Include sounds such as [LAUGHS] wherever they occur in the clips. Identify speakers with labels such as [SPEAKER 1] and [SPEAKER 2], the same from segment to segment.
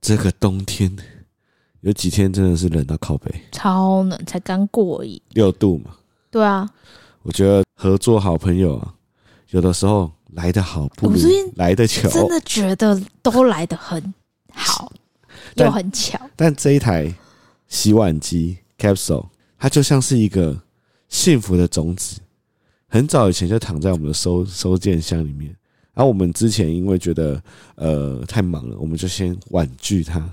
[SPEAKER 1] 这个冬天有几天真的是冷到靠背，
[SPEAKER 2] 超冷，才刚过而已。
[SPEAKER 1] 六度嘛。
[SPEAKER 2] 对啊，
[SPEAKER 1] 我觉得合作好朋友啊，有的时候来得好不
[SPEAKER 2] 哦我
[SPEAKER 1] 如
[SPEAKER 2] 最近
[SPEAKER 1] 来得巧。
[SPEAKER 2] 真的觉得都来得很 [LAUGHS] 好，
[SPEAKER 1] 但
[SPEAKER 2] 又很巧。
[SPEAKER 1] 但这一台洗碗机 Capsule，它就像是一个幸福的种子，很早以前就躺在我们的收收件箱里面。然、后我们之前因为觉得呃太忙了，我们就先婉拒它。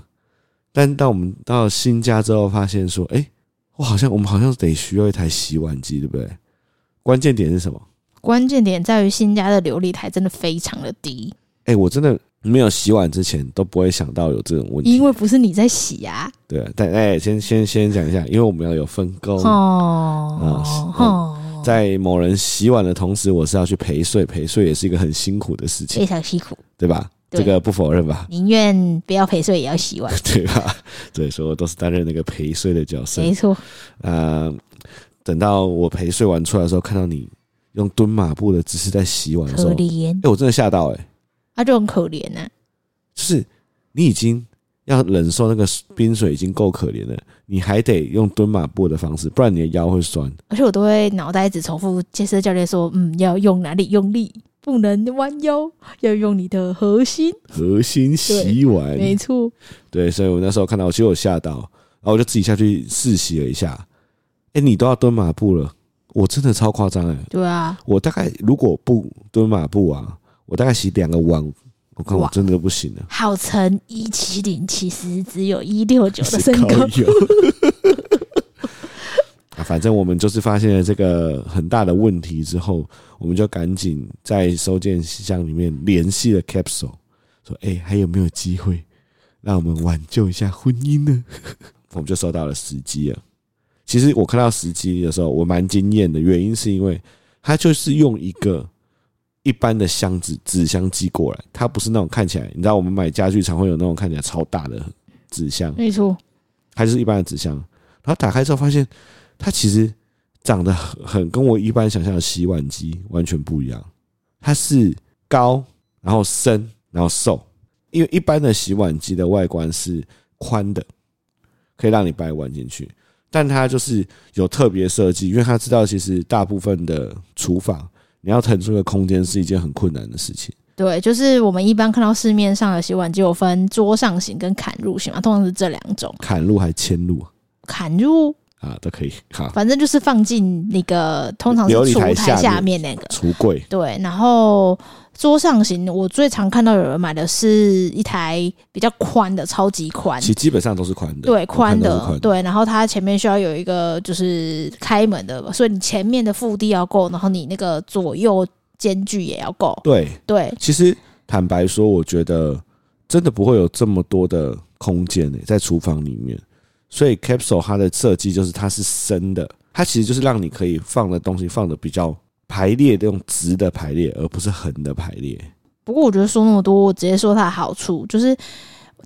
[SPEAKER 1] 但当我们到了新家之后，发现说，哎、我好像我们好像得需要一台洗碗机，对不对？关键点是什么？
[SPEAKER 2] 关键点在于新家的琉璃台真的非常的低，
[SPEAKER 1] 哎、我真的没有洗碗之前都不会想到有这种问题
[SPEAKER 2] 因。为不是你在洗啊。
[SPEAKER 1] 对啊，但哎、先先先讲一下，因为我们要有分工。
[SPEAKER 2] 哦
[SPEAKER 1] 啊是
[SPEAKER 2] 哦，
[SPEAKER 1] 在某人洗碗的同时，我是要去陪睡，陪睡也是一个很辛苦的事情
[SPEAKER 2] 非，常辛苦，
[SPEAKER 1] 对吧？
[SPEAKER 2] 对，
[SPEAKER 1] 这个不否认吧 [LAUGHS]
[SPEAKER 2] 宁愿不要陪睡也要洗 [LAUGHS] 碗。
[SPEAKER 1] 对吧？对，所以我都是担任那个陪睡的角色。
[SPEAKER 2] 没错，
[SPEAKER 1] 呃，等到我陪睡完出来的时候，看到你用蹲马步的姿势在洗碗的时候，
[SPEAKER 2] 可
[SPEAKER 1] 哎、
[SPEAKER 2] 怜，
[SPEAKER 1] 我真的吓到哎、
[SPEAKER 2] 他就很可怜啊呐。
[SPEAKER 1] 就是你已经要忍受那个冰水已经够可怜了，你还得用蹲马步的方式，不然你的腰会酸。
[SPEAKER 2] 而且我都会脑袋一直重复健身教练说，嗯，要用哪里用力，不能弯腰，要用你的核心。
[SPEAKER 1] 核心洗碗，
[SPEAKER 2] 没错，
[SPEAKER 1] 对，所以我那时候看到，其实我吓到，然后我就自己下去试洗了一下。哎、你都要蹲马步了，我真的超夸张哎！
[SPEAKER 2] 对啊，
[SPEAKER 1] 我大概如果不蹲马步啊，我大概洗两个碗，我看我
[SPEAKER 2] 哇
[SPEAKER 1] 真的不行了。
[SPEAKER 2] 号称一七零，其实只有一六九的身
[SPEAKER 1] 靠
[SPEAKER 2] 高。
[SPEAKER 1] 腰 [LAUGHS] 啊，反正我们就是发现了这个很大的问题之后，我们就赶紧在收件箱里面联系了 Capsule，说：“哎、还有没有机会让我们挽救一下婚姻呢？” [LAUGHS] 我们就收到了时机了。其实我看到时机的时候，我蛮惊艳的，原因是因为它就是用一个一般的箱子纸箱寄过来，它不是那种看起来，你知道我们买家具常会有那种看起来超大的纸箱，
[SPEAKER 2] 没错，
[SPEAKER 1] 它就是一般的纸箱。然后打开之后发现，它其实长得很很跟我一般想象的洗碗机完全不一样。它是高，然后深，然后瘦。因为一般的洗碗机的外观是宽的，可以让你摆碗进去，但它就是有特别设计，因为它知道其实大部分的厨房你要腾出一个空间是一件很困难的事情。
[SPEAKER 2] 对，就是我们一般看到市面上的洗碗机有分桌上型跟砍入型嘛，通常是这两种。
[SPEAKER 1] 砍路还嵌路
[SPEAKER 2] 砍入，
[SPEAKER 1] 啊，都可以。好，
[SPEAKER 2] 反正就是放进那个通常是
[SPEAKER 1] 琉璃
[SPEAKER 2] 厨
[SPEAKER 1] 台
[SPEAKER 2] 台
[SPEAKER 1] 下面
[SPEAKER 2] 下面那个。
[SPEAKER 1] 橱柜
[SPEAKER 2] 对，然后桌上型，我最常看到有人买的是一台比较宽的，超级宽
[SPEAKER 1] 其，实基本上都是宽的，
[SPEAKER 2] 对，宽
[SPEAKER 1] 我看都是
[SPEAKER 2] 的，
[SPEAKER 1] 宽
[SPEAKER 2] 对。然后它前面需要有一个就是开门的，所以你前面的腹地要够，然后你那个左右间距也要够。
[SPEAKER 1] 对，
[SPEAKER 2] 对，
[SPEAKER 1] 其实坦白说，我觉得真的不会有这么多的空间呢、在厨房里面。所以 capsule 它的设计就是它是深的，它其实就是让你可以放的东西放的比较排列，用直的排列，而不是横的排列。
[SPEAKER 2] 不过我觉得说那么多，我直接说它的好处就是。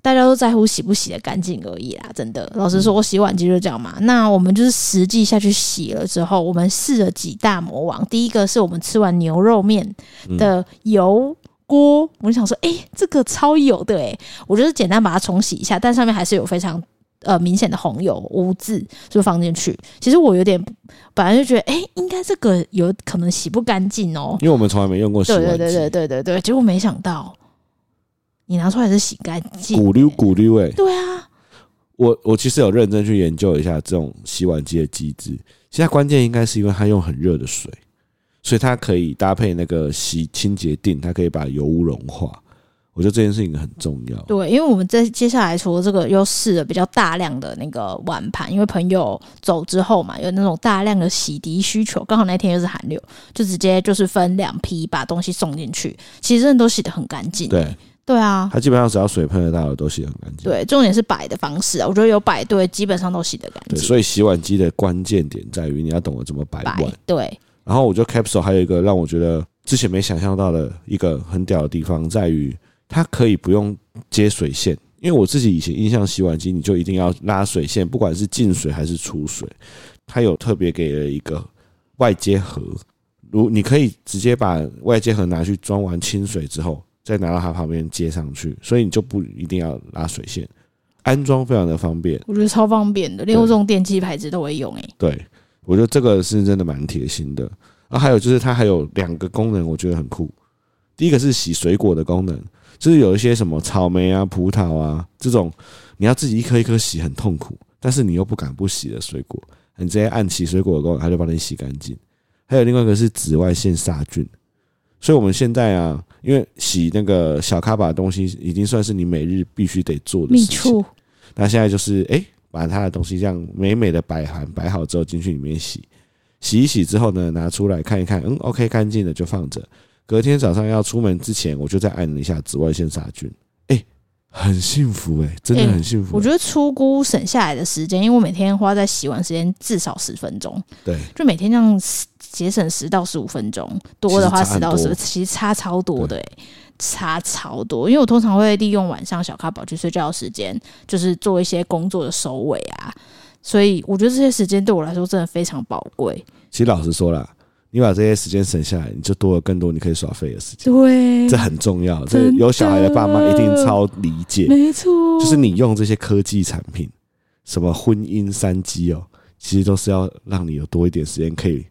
[SPEAKER 2] 大家都在乎洗不洗的干净而已啦，真的。老实说，我洗碗机就这样嘛。那我们就是实际下去洗了之后，我们试了几大魔王。第一个是我们吃完牛肉面
[SPEAKER 1] 嗯
[SPEAKER 2] 的油锅，我就想说，诶，这个超油的诶，我就是简单把它冲洗一下，但上面还是有非常呃明显的红油污渍，就放进去。其实我有点本来就觉得，诶，应该这个有可能洗不干净哦，
[SPEAKER 1] 因为我们从来没用过洗
[SPEAKER 2] 对
[SPEAKER 1] 碗
[SPEAKER 2] 对
[SPEAKER 1] 机，
[SPEAKER 2] 对对对对对，结果没想到你拿出来是洗干净、
[SPEAKER 1] 咕溜。咕溜哎、
[SPEAKER 2] 对啊，
[SPEAKER 1] 我我其实有认真去研究一下这种洗碗机的机制。其实它关键应该是因为它用很热的水，所以它可以搭配那个洗清洁定，它可以把油污融化。我觉得这件事情很重要。
[SPEAKER 2] 对，因为我们在接下来除了这个，又试了比较大量的那个碗盘，因为朋友走之后嘛，有那种大量的洗涤需求，刚好那天又是寒流，就直接就是分两批把东西送进去，其实真的都洗得很干净。
[SPEAKER 1] 对，
[SPEAKER 2] 对啊，
[SPEAKER 1] 它基本上只要水喷得到的都洗得很干净。
[SPEAKER 2] 对，重点是摆的方式啊，我觉得有摆对，基本上都洗得干
[SPEAKER 1] 对，
[SPEAKER 2] 净。
[SPEAKER 1] 所以洗碗机的关键点在于你要懂得怎么摆
[SPEAKER 2] 摆
[SPEAKER 1] 碗。
[SPEAKER 2] 对，
[SPEAKER 1] 然后我觉得 Capsule 还有一个让我觉得之前没想象到的一个很屌的地方，在于它可以不用接水线，因为我自己以前印象洗碗机你就一定要拉水线，不管是进水还是出水，它有特别给了一个外接盒，如你可以直接把外接盒拿去装完清水之后，再拿到它旁边接上去，所以你就不一定要拉水线。安装非常的方便。
[SPEAKER 2] 我觉得超方便的，连
[SPEAKER 1] 对
[SPEAKER 2] 我这种电器牌子都会用欸诶、
[SPEAKER 1] 对我觉得这个是真的蛮贴心的。啊，还有就是它还有两个功能，我觉得很酷。第一个是洗水果的功能，就是有一些什么草莓啊、葡萄啊这种，你要自己一颗一颗洗，很痛苦，但是你又不敢不洗的水果，你直接按洗水果的功能，它就帮你洗干净。还有另外一个是紫外线杀菌，所以我们现在啊，因为洗那个小卡把的东西已经算是你每日必须得做的
[SPEAKER 2] 密
[SPEAKER 1] 事情，
[SPEAKER 2] 处
[SPEAKER 1] 那现在就是哎、诶把它的东西这样美美的摆盘摆好之后，进去里面洗，洗一洗之后呢，拿出来看一看，嗯，OK，干净了就放着。隔天早上要出门之前，我就再按一下紫外线杀菌，哎、很幸福哎、真的
[SPEAKER 2] 诶
[SPEAKER 1] 很幸福、
[SPEAKER 2] 我觉得出估省下来的时间，因为我每天花在洗碗时间至少十分钟，
[SPEAKER 1] 对，
[SPEAKER 2] 就每天这样节省十到十五分钟，多的话
[SPEAKER 1] 其实
[SPEAKER 2] 十
[SPEAKER 1] 差
[SPEAKER 2] 到
[SPEAKER 1] 很多
[SPEAKER 2] 十，其实差超多的、欸，差超多。因为我通常会利用晚上小咖宝去睡觉的时间，就是做一些工作的收尾啊，所以我觉得这些时间对我来说真的非常宝贵。
[SPEAKER 1] 其实老实说啦，你把这些时间省下来，你就多了更多你可以耍废的时间，
[SPEAKER 2] 对
[SPEAKER 1] 这很重要。这
[SPEAKER 2] 嗯真的
[SPEAKER 1] 有小孩的爸妈一定超理解，
[SPEAKER 2] 没错，
[SPEAKER 1] 就是你用这些科技产品，什么婚姻三机哦，其实都是要让你有多一点时间可以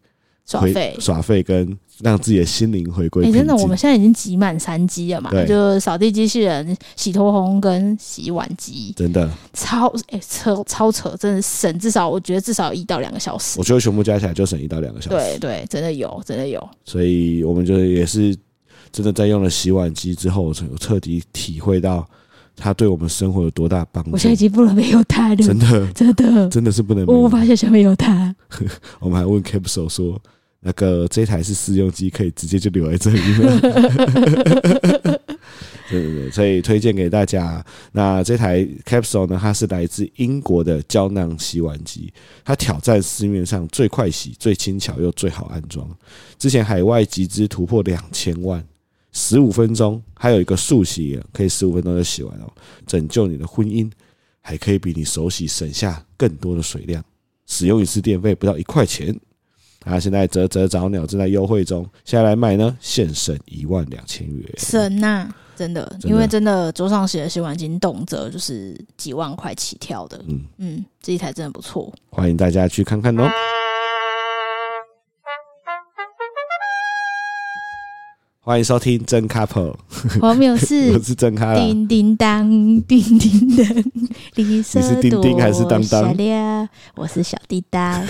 [SPEAKER 2] 耍
[SPEAKER 1] 回
[SPEAKER 2] 费。
[SPEAKER 1] 耍废跟让自己的心灵回归
[SPEAKER 2] 哎、
[SPEAKER 1] 平静。
[SPEAKER 2] 真的，我们现在已经集满三机了嘛
[SPEAKER 1] 对，
[SPEAKER 2] 就扫地机器人、洗头烘跟洗碗机，
[SPEAKER 1] 真的，
[SPEAKER 2] 超哎、超超扯，真的省至少我觉得至少一到两个小时
[SPEAKER 1] 我。觉得全部加起来就省一到两个小
[SPEAKER 2] 对
[SPEAKER 1] 时，
[SPEAKER 2] 对，真的有，真的有。
[SPEAKER 1] 所以我们就也是真的在用了洗碗机之后，彻底体会到它对我们生活有多大帮助
[SPEAKER 2] 我。现在已经不能没有他了，
[SPEAKER 1] 嗯真的，
[SPEAKER 2] 真的，
[SPEAKER 1] 真的是不能没
[SPEAKER 2] 我
[SPEAKER 1] 有
[SPEAKER 2] 无法想象没
[SPEAKER 1] [LAUGHS]
[SPEAKER 2] 有他。
[SPEAKER 1] 我们还问 Capsule 说，那个这台是试用机，可以直接就留在这里吗？对对对，所以推荐给大家。那这台 Capsule 呢，它是来自英国的胶囊洗碗机，它挑战市面上最快洗、最轻巧又最好安装。之前海外集资突破两千万，十五分钟，还有一个速洗，可以十五分钟就洗完哦，拯救你的婚姻，还可以比你手洗省下更多的水量。使用一次电费不到一块钱。啊，现在折折早鸟正在优惠中，现在来买呢，现省一万两千元。
[SPEAKER 2] 神呐、真的，
[SPEAKER 1] 真的
[SPEAKER 2] 因为真的桌上洗的洗碗巾动辄就是几万块起跳的。
[SPEAKER 1] 嗯，
[SPEAKER 2] 嗯，这一台真的不
[SPEAKER 1] [LAUGHS]
[SPEAKER 2] 错。
[SPEAKER 1] 欢迎大家去看看哦。欢迎收听真 couple，
[SPEAKER 2] 黄谬是
[SPEAKER 1] 我是真咖啦，
[SPEAKER 2] 叮叮当，叮叮当，你
[SPEAKER 1] 你是叮叮还是当当
[SPEAKER 2] 我是小叮当，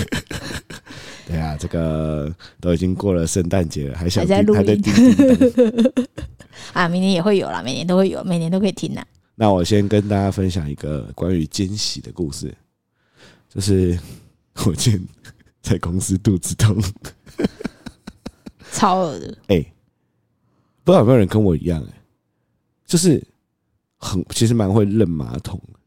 [SPEAKER 1] 对啊，这个都已经过了圣诞节了，还想
[SPEAKER 2] 还在
[SPEAKER 1] 听
[SPEAKER 2] 录
[SPEAKER 1] 还在
[SPEAKER 2] 音
[SPEAKER 1] 叮叮当。
[SPEAKER 2] 啊，明年也会有啦，每年都会有，每年都可以听啦。啊
[SPEAKER 1] 那我先跟大家分享一个关于惊喜的故事，就是我今天在公司肚子痛， [LAUGHS]
[SPEAKER 2] 超恶的，
[SPEAKER 1] 哎、不知道有没有人跟我一样、欸，就是很其实蛮会认马桶的，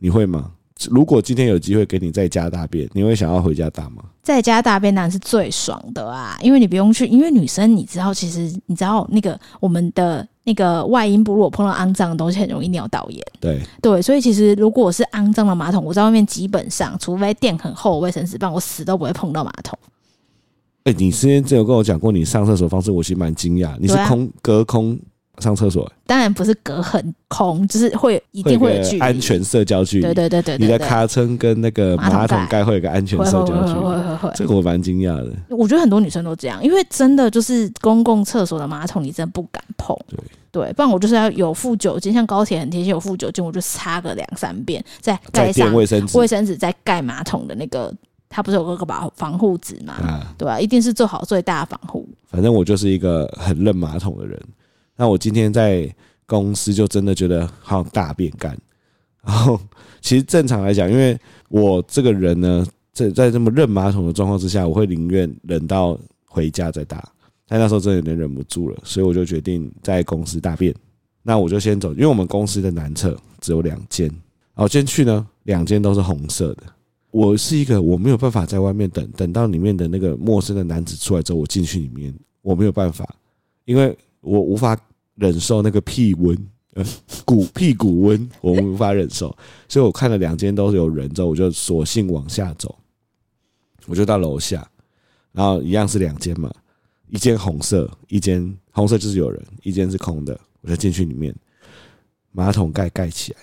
[SPEAKER 1] 你会吗？如果今天有机会给你在家大便，你会想要回家大吗？
[SPEAKER 2] 在家大便当然是最爽的啊，因为你不用去，因为女生你知道，其实你知道那个我们的那个外阴部，如果碰到肮脏的东西，很容易尿道炎。
[SPEAKER 1] 对，
[SPEAKER 2] 对，所以其实如果我是肮脏的马桶，我在外面基本上，除非垫很厚的卫生纸棒，我死都不会碰到马桶。
[SPEAKER 1] 哎、你之前只有跟我讲过你上厕所方式，我其实蛮惊讶，你是
[SPEAKER 2] 对啊
[SPEAKER 1] 空、隔空上厕所、
[SPEAKER 2] 当然不是隔很空，就是会一定会
[SPEAKER 1] 有
[SPEAKER 2] 有
[SPEAKER 1] 个
[SPEAKER 2] 距离，
[SPEAKER 1] 安全社交距离，
[SPEAKER 2] 对对对对对对，
[SPEAKER 1] 你的卡撑跟那个
[SPEAKER 2] 马桶
[SPEAKER 1] 马桶
[SPEAKER 2] 盖
[SPEAKER 1] 盖会有个安全
[SPEAKER 2] 会
[SPEAKER 1] 社
[SPEAKER 2] 会
[SPEAKER 1] 交
[SPEAKER 2] 会
[SPEAKER 1] 距
[SPEAKER 2] 会
[SPEAKER 1] 离，
[SPEAKER 2] 会会会。
[SPEAKER 1] 这个我蛮惊讶的。
[SPEAKER 2] 我觉得很多女生都这样，因为真的就是公共厕所的马桶，你真的不敢碰。
[SPEAKER 1] 对
[SPEAKER 2] 对，不然我就是要有附酒精，像高铁很贴心有附酒精，我就擦个两三遍，再
[SPEAKER 1] 再
[SPEAKER 2] 盖
[SPEAKER 1] 垫
[SPEAKER 2] 上
[SPEAKER 1] 卫生纸
[SPEAKER 2] 卫生纸，再盖马桶的那个，它不是有个个保防护纸嘛？
[SPEAKER 1] 啊，
[SPEAKER 2] 对吧、一定是做好最大的防护。
[SPEAKER 1] 反正我就是一个很认马桶的人。那我今天在公司就真的觉得好像大便干。 [LAUGHS] 然后其实正常来讲，因为我这个人呢，在在这么认马桶的状况之下，我会宁愿忍到回家再大。但那时候真的有点忍不住了，所以我就决定在公司大便。那我就先走，因为我们公司的南侧只有两间。然后今天去呢，两间都是红色的。我是一个我没有办法在外面等，等到里面的那个陌生的男子出来之后，我进去里面，我没有办法，因为我无法忍受那个屁 [LAUGHS] 温，呃，股屁股温，我无法忍受，所以我看了两间都有人之后，我就索性往下走，我就到楼下，然后一样是两间嘛，一间红色，一间红色就是有人，一间是空的，我就进去里面，马桶盖盖起来，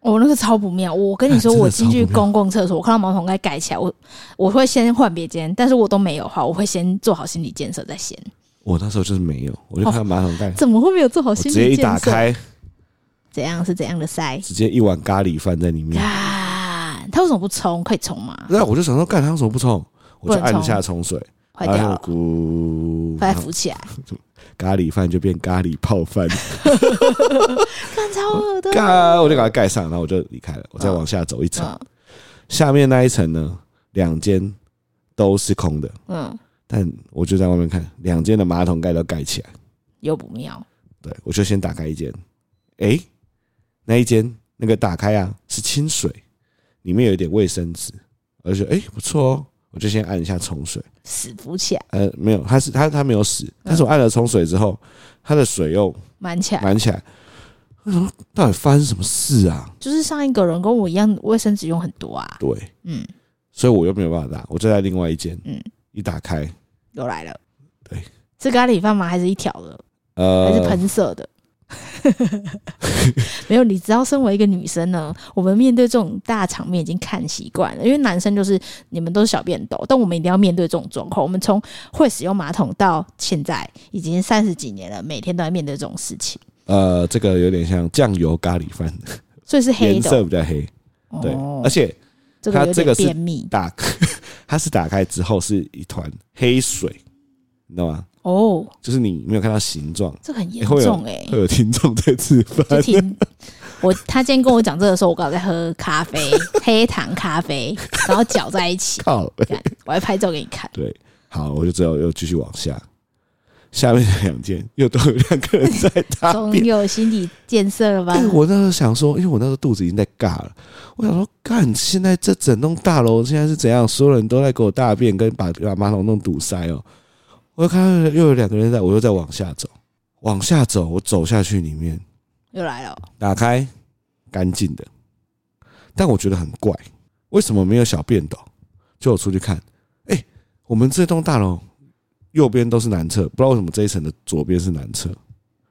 [SPEAKER 2] 我、哦那个超不妙，我跟你
[SPEAKER 1] 啊
[SPEAKER 2] 说，
[SPEAKER 1] 真的
[SPEAKER 2] 我进去
[SPEAKER 1] 超不妙
[SPEAKER 2] 公共厕所，我看到马桶盖盖起来，我我会先换别间，但是我都没有的话，我会先做好心理建设再先。
[SPEAKER 1] 我那时候就是没有，我就看到马桶盖，
[SPEAKER 2] 怎么会没有做好
[SPEAKER 1] 我
[SPEAKER 2] 心
[SPEAKER 1] 直
[SPEAKER 2] 理建
[SPEAKER 1] 接
[SPEAKER 2] 设？
[SPEAKER 1] 一打开，
[SPEAKER 2] 怎样是怎样的塞？
[SPEAKER 1] 直接一碗咖喱饭在里面。
[SPEAKER 2] 啊，他为什么不冲？可以冲吗？
[SPEAKER 1] 那我就想说，干他为什么不冲？我就
[SPEAKER 2] 不能冲
[SPEAKER 1] 按下冲水，
[SPEAKER 2] 坏
[SPEAKER 1] 然
[SPEAKER 2] 掉
[SPEAKER 1] 后
[SPEAKER 2] 了，
[SPEAKER 1] 咕，
[SPEAKER 2] 快浮起来，
[SPEAKER 1] 咖喱饭就变咖喱泡
[SPEAKER 2] [LAUGHS]
[SPEAKER 1] 饭，
[SPEAKER 2] 看超恶的。
[SPEAKER 1] 嘎，我就给它盖上，然后我就离开了。我再往下走一层，
[SPEAKER 2] 嗯
[SPEAKER 1] 下面那一层呢，两间都是空的，
[SPEAKER 2] 嗯，
[SPEAKER 1] 但我就在外面看，两间的马桶盖都盖起来。
[SPEAKER 2] 又不妙，
[SPEAKER 1] 对，我就先打开一间，诶，那一间那个打开啊是清水，里面有一点卫生纸，我就觉得诶不错哦，我就先按一下冲水。
[SPEAKER 2] 死浮起来，
[SPEAKER 1] 呃，没有，它是它它没有死，但是
[SPEAKER 2] 嗯
[SPEAKER 1] 我按了冲水之后，它的水又
[SPEAKER 2] 满起来。
[SPEAKER 1] 满起来。我想说到底发生什么事啊？
[SPEAKER 2] 就是上一个人跟我一样，卫生纸用很多啊。
[SPEAKER 1] 对，
[SPEAKER 2] 嗯，
[SPEAKER 1] 所以我又没有办法打，我就在另外一间，
[SPEAKER 2] 嗯
[SPEAKER 1] 一打开，
[SPEAKER 2] 又来了。
[SPEAKER 1] 对，
[SPEAKER 2] 是咖喱饭吗？还是一条的？还是
[SPEAKER 1] 呃，
[SPEAKER 2] 喷射的？ [LAUGHS] 没有，你知道，身为一个女生呢，我们面对这种大场面已经看习惯了，因为男生就是你们都是小便斗，但我们一定要面对这种状况。我们从会使用马桶到现在已经三十几年了，每天都在面对这种事情，
[SPEAKER 1] 呃，这个有点像酱油咖喱饭，
[SPEAKER 2] 所以是黑
[SPEAKER 1] 颜
[SPEAKER 2] 的。
[SPEAKER 1] 色比较黑，对，
[SPEAKER 2] 哦
[SPEAKER 1] 而且
[SPEAKER 2] 这个有
[SPEAKER 1] 它这个
[SPEAKER 2] 点
[SPEAKER 1] 是
[SPEAKER 2] 便秘
[SPEAKER 1] 打 [LAUGHS] 它是打开之后是一团黑水，你知道吗？
[SPEAKER 2] 哦，
[SPEAKER 1] 就是你没有看到形状，
[SPEAKER 2] 这个很严
[SPEAKER 1] 会有
[SPEAKER 2] 重哎、
[SPEAKER 1] 会有听众在吃饭，
[SPEAKER 2] 就听我他今天跟我讲这个时候，我刚好在喝咖啡， [LAUGHS] 黑糖咖啡，然后搅在一起，
[SPEAKER 1] 靠，
[SPEAKER 2] 干我还拍照给你看。
[SPEAKER 1] 对，好，我就只有又继续往下，下面的两间又都有两个人在大
[SPEAKER 2] [LAUGHS] 终
[SPEAKER 1] 便
[SPEAKER 2] 于。有心理建设了吧
[SPEAKER 1] 哎、？我那时候想说，因为我那时候肚子已经在尬了，我想说，干，现在这整栋大楼现在是怎样？所有人都在给我大便，跟把把马桶弄堵塞哦。我又看到又有两个人在，我又在往下走，往下走，我走下去里面，
[SPEAKER 2] 又来了，
[SPEAKER 1] 打开干净的，但我觉得很怪，为什么没有小便斗？就我出去看，哎、我们这栋大楼右边都是男厕，不知道为什么这一层的左边是男厕，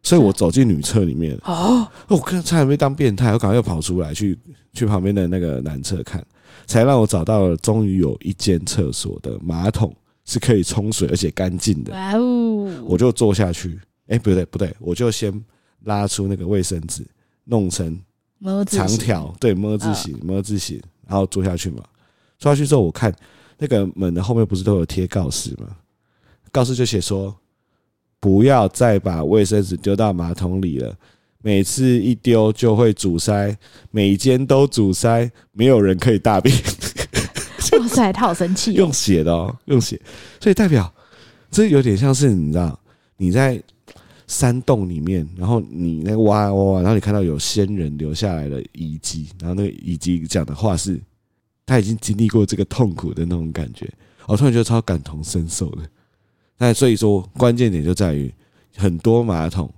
[SPEAKER 1] 所以我走进女厕里面，
[SPEAKER 2] 哦，
[SPEAKER 1] 我看差点被当变态，我赶快又跑出来去去旁边的那个男厕看，才让我找到了，终于有一间厕所的马桶是可以冲水而且干净的，
[SPEAKER 2] 哇哦，
[SPEAKER 1] 我就坐下去，哎、不对不对，我就先拉出那个卫生纸，弄成
[SPEAKER 2] 我
[SPEAKER 1] 长条，对，么字形，么字形，然后坐下去嘛。坐下去之后，我看那个门的后面不是都有贴告示吗？告示就写说，不要再把卫生纸丢到马桶里了，每次一丢就会阻塞，每间都阻塞，没有人可以大便。
[SPEAKER 2] 哇塞，他好生气哦，
[SPEAKER 1] 用写的哦，用写，所以代表这有点像是你知道你在山洞里面，然后你那个挖挖挖，然后你看到有先人留下来的遗迹，然后那个遗迹讲的话是他已经经历过这个痛苦的那种感觉，我突然觉得超感同身受的。那所以说，关键点就在于很多马桶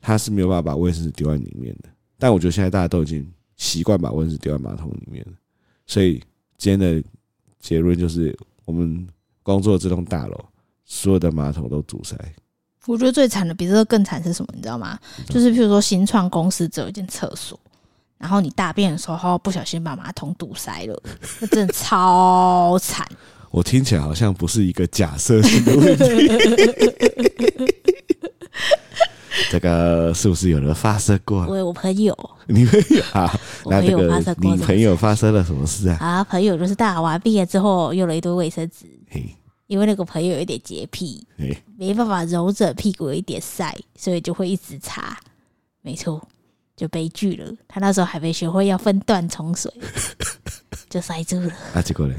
[SPEAKER 1] 它是没有办法把卫生纸丢在里面的，但我觉得现在大家都已经习惯把卫生纸丢在马桶里面了，所以今天的结论就是，我们工作这栋大楼所有的马桶都堵塞。
[SPEAKER 2] 我觉得最惨的比这个更惨是什么，你知道吗？
[SPEAKER 1] 嗯
[SPEAKER 2] 就是譬如说新创公司只有一间厕所，然后你大便的时候不小心把马桶堵塞了，那真的超
[SPEAKER 1] [LAUGHS]
[SPEAKER 2] 惨。
[SPEAKER 1] 我听起来好像不是一个假设性的问题，
[SPEAKER 2] [LAUGHS]
[SPEAKER 1] 这个是不是有人发生过啊？
[SPEAKER 2] 我我朋友，
[SPEAKER 1] 你朋友啊？
[SPEAKER 2] 我
[SPEAKER 1] 那
[SPEAKER 2] 朋
[SPEAKER 1] 这
[SPEAKER 2] 友
[SPEAKER 1] 个
[SPEAKER 2] 发生过
[SPEAKER 1] 你
[SPEAKER 2] 这
[SPEAKER 1] 朋
[SPEAKER 2] 个
[SPEAKER 1] 友发生了什么事啊？
[SPEAKER 2] 啊，朋友就是大娃毕业之后用了一堆卫生纸，
[SPEAKER 1] 嘿，
[SPEAKER 2] 因为那个朋友有点洁癖，
[SPEAKER 1] 嘿，
[SPEAKER 2] 没办法揉着屁股有一点晒，所以就会一直擦。没错，就悲剧了。他那时候还没学会要分段冲
[SPEAKER 1] [LAUGHS]
[SPEAKER 2] 水，就塞住了
[SPEAKER 1] 啊，结果呢？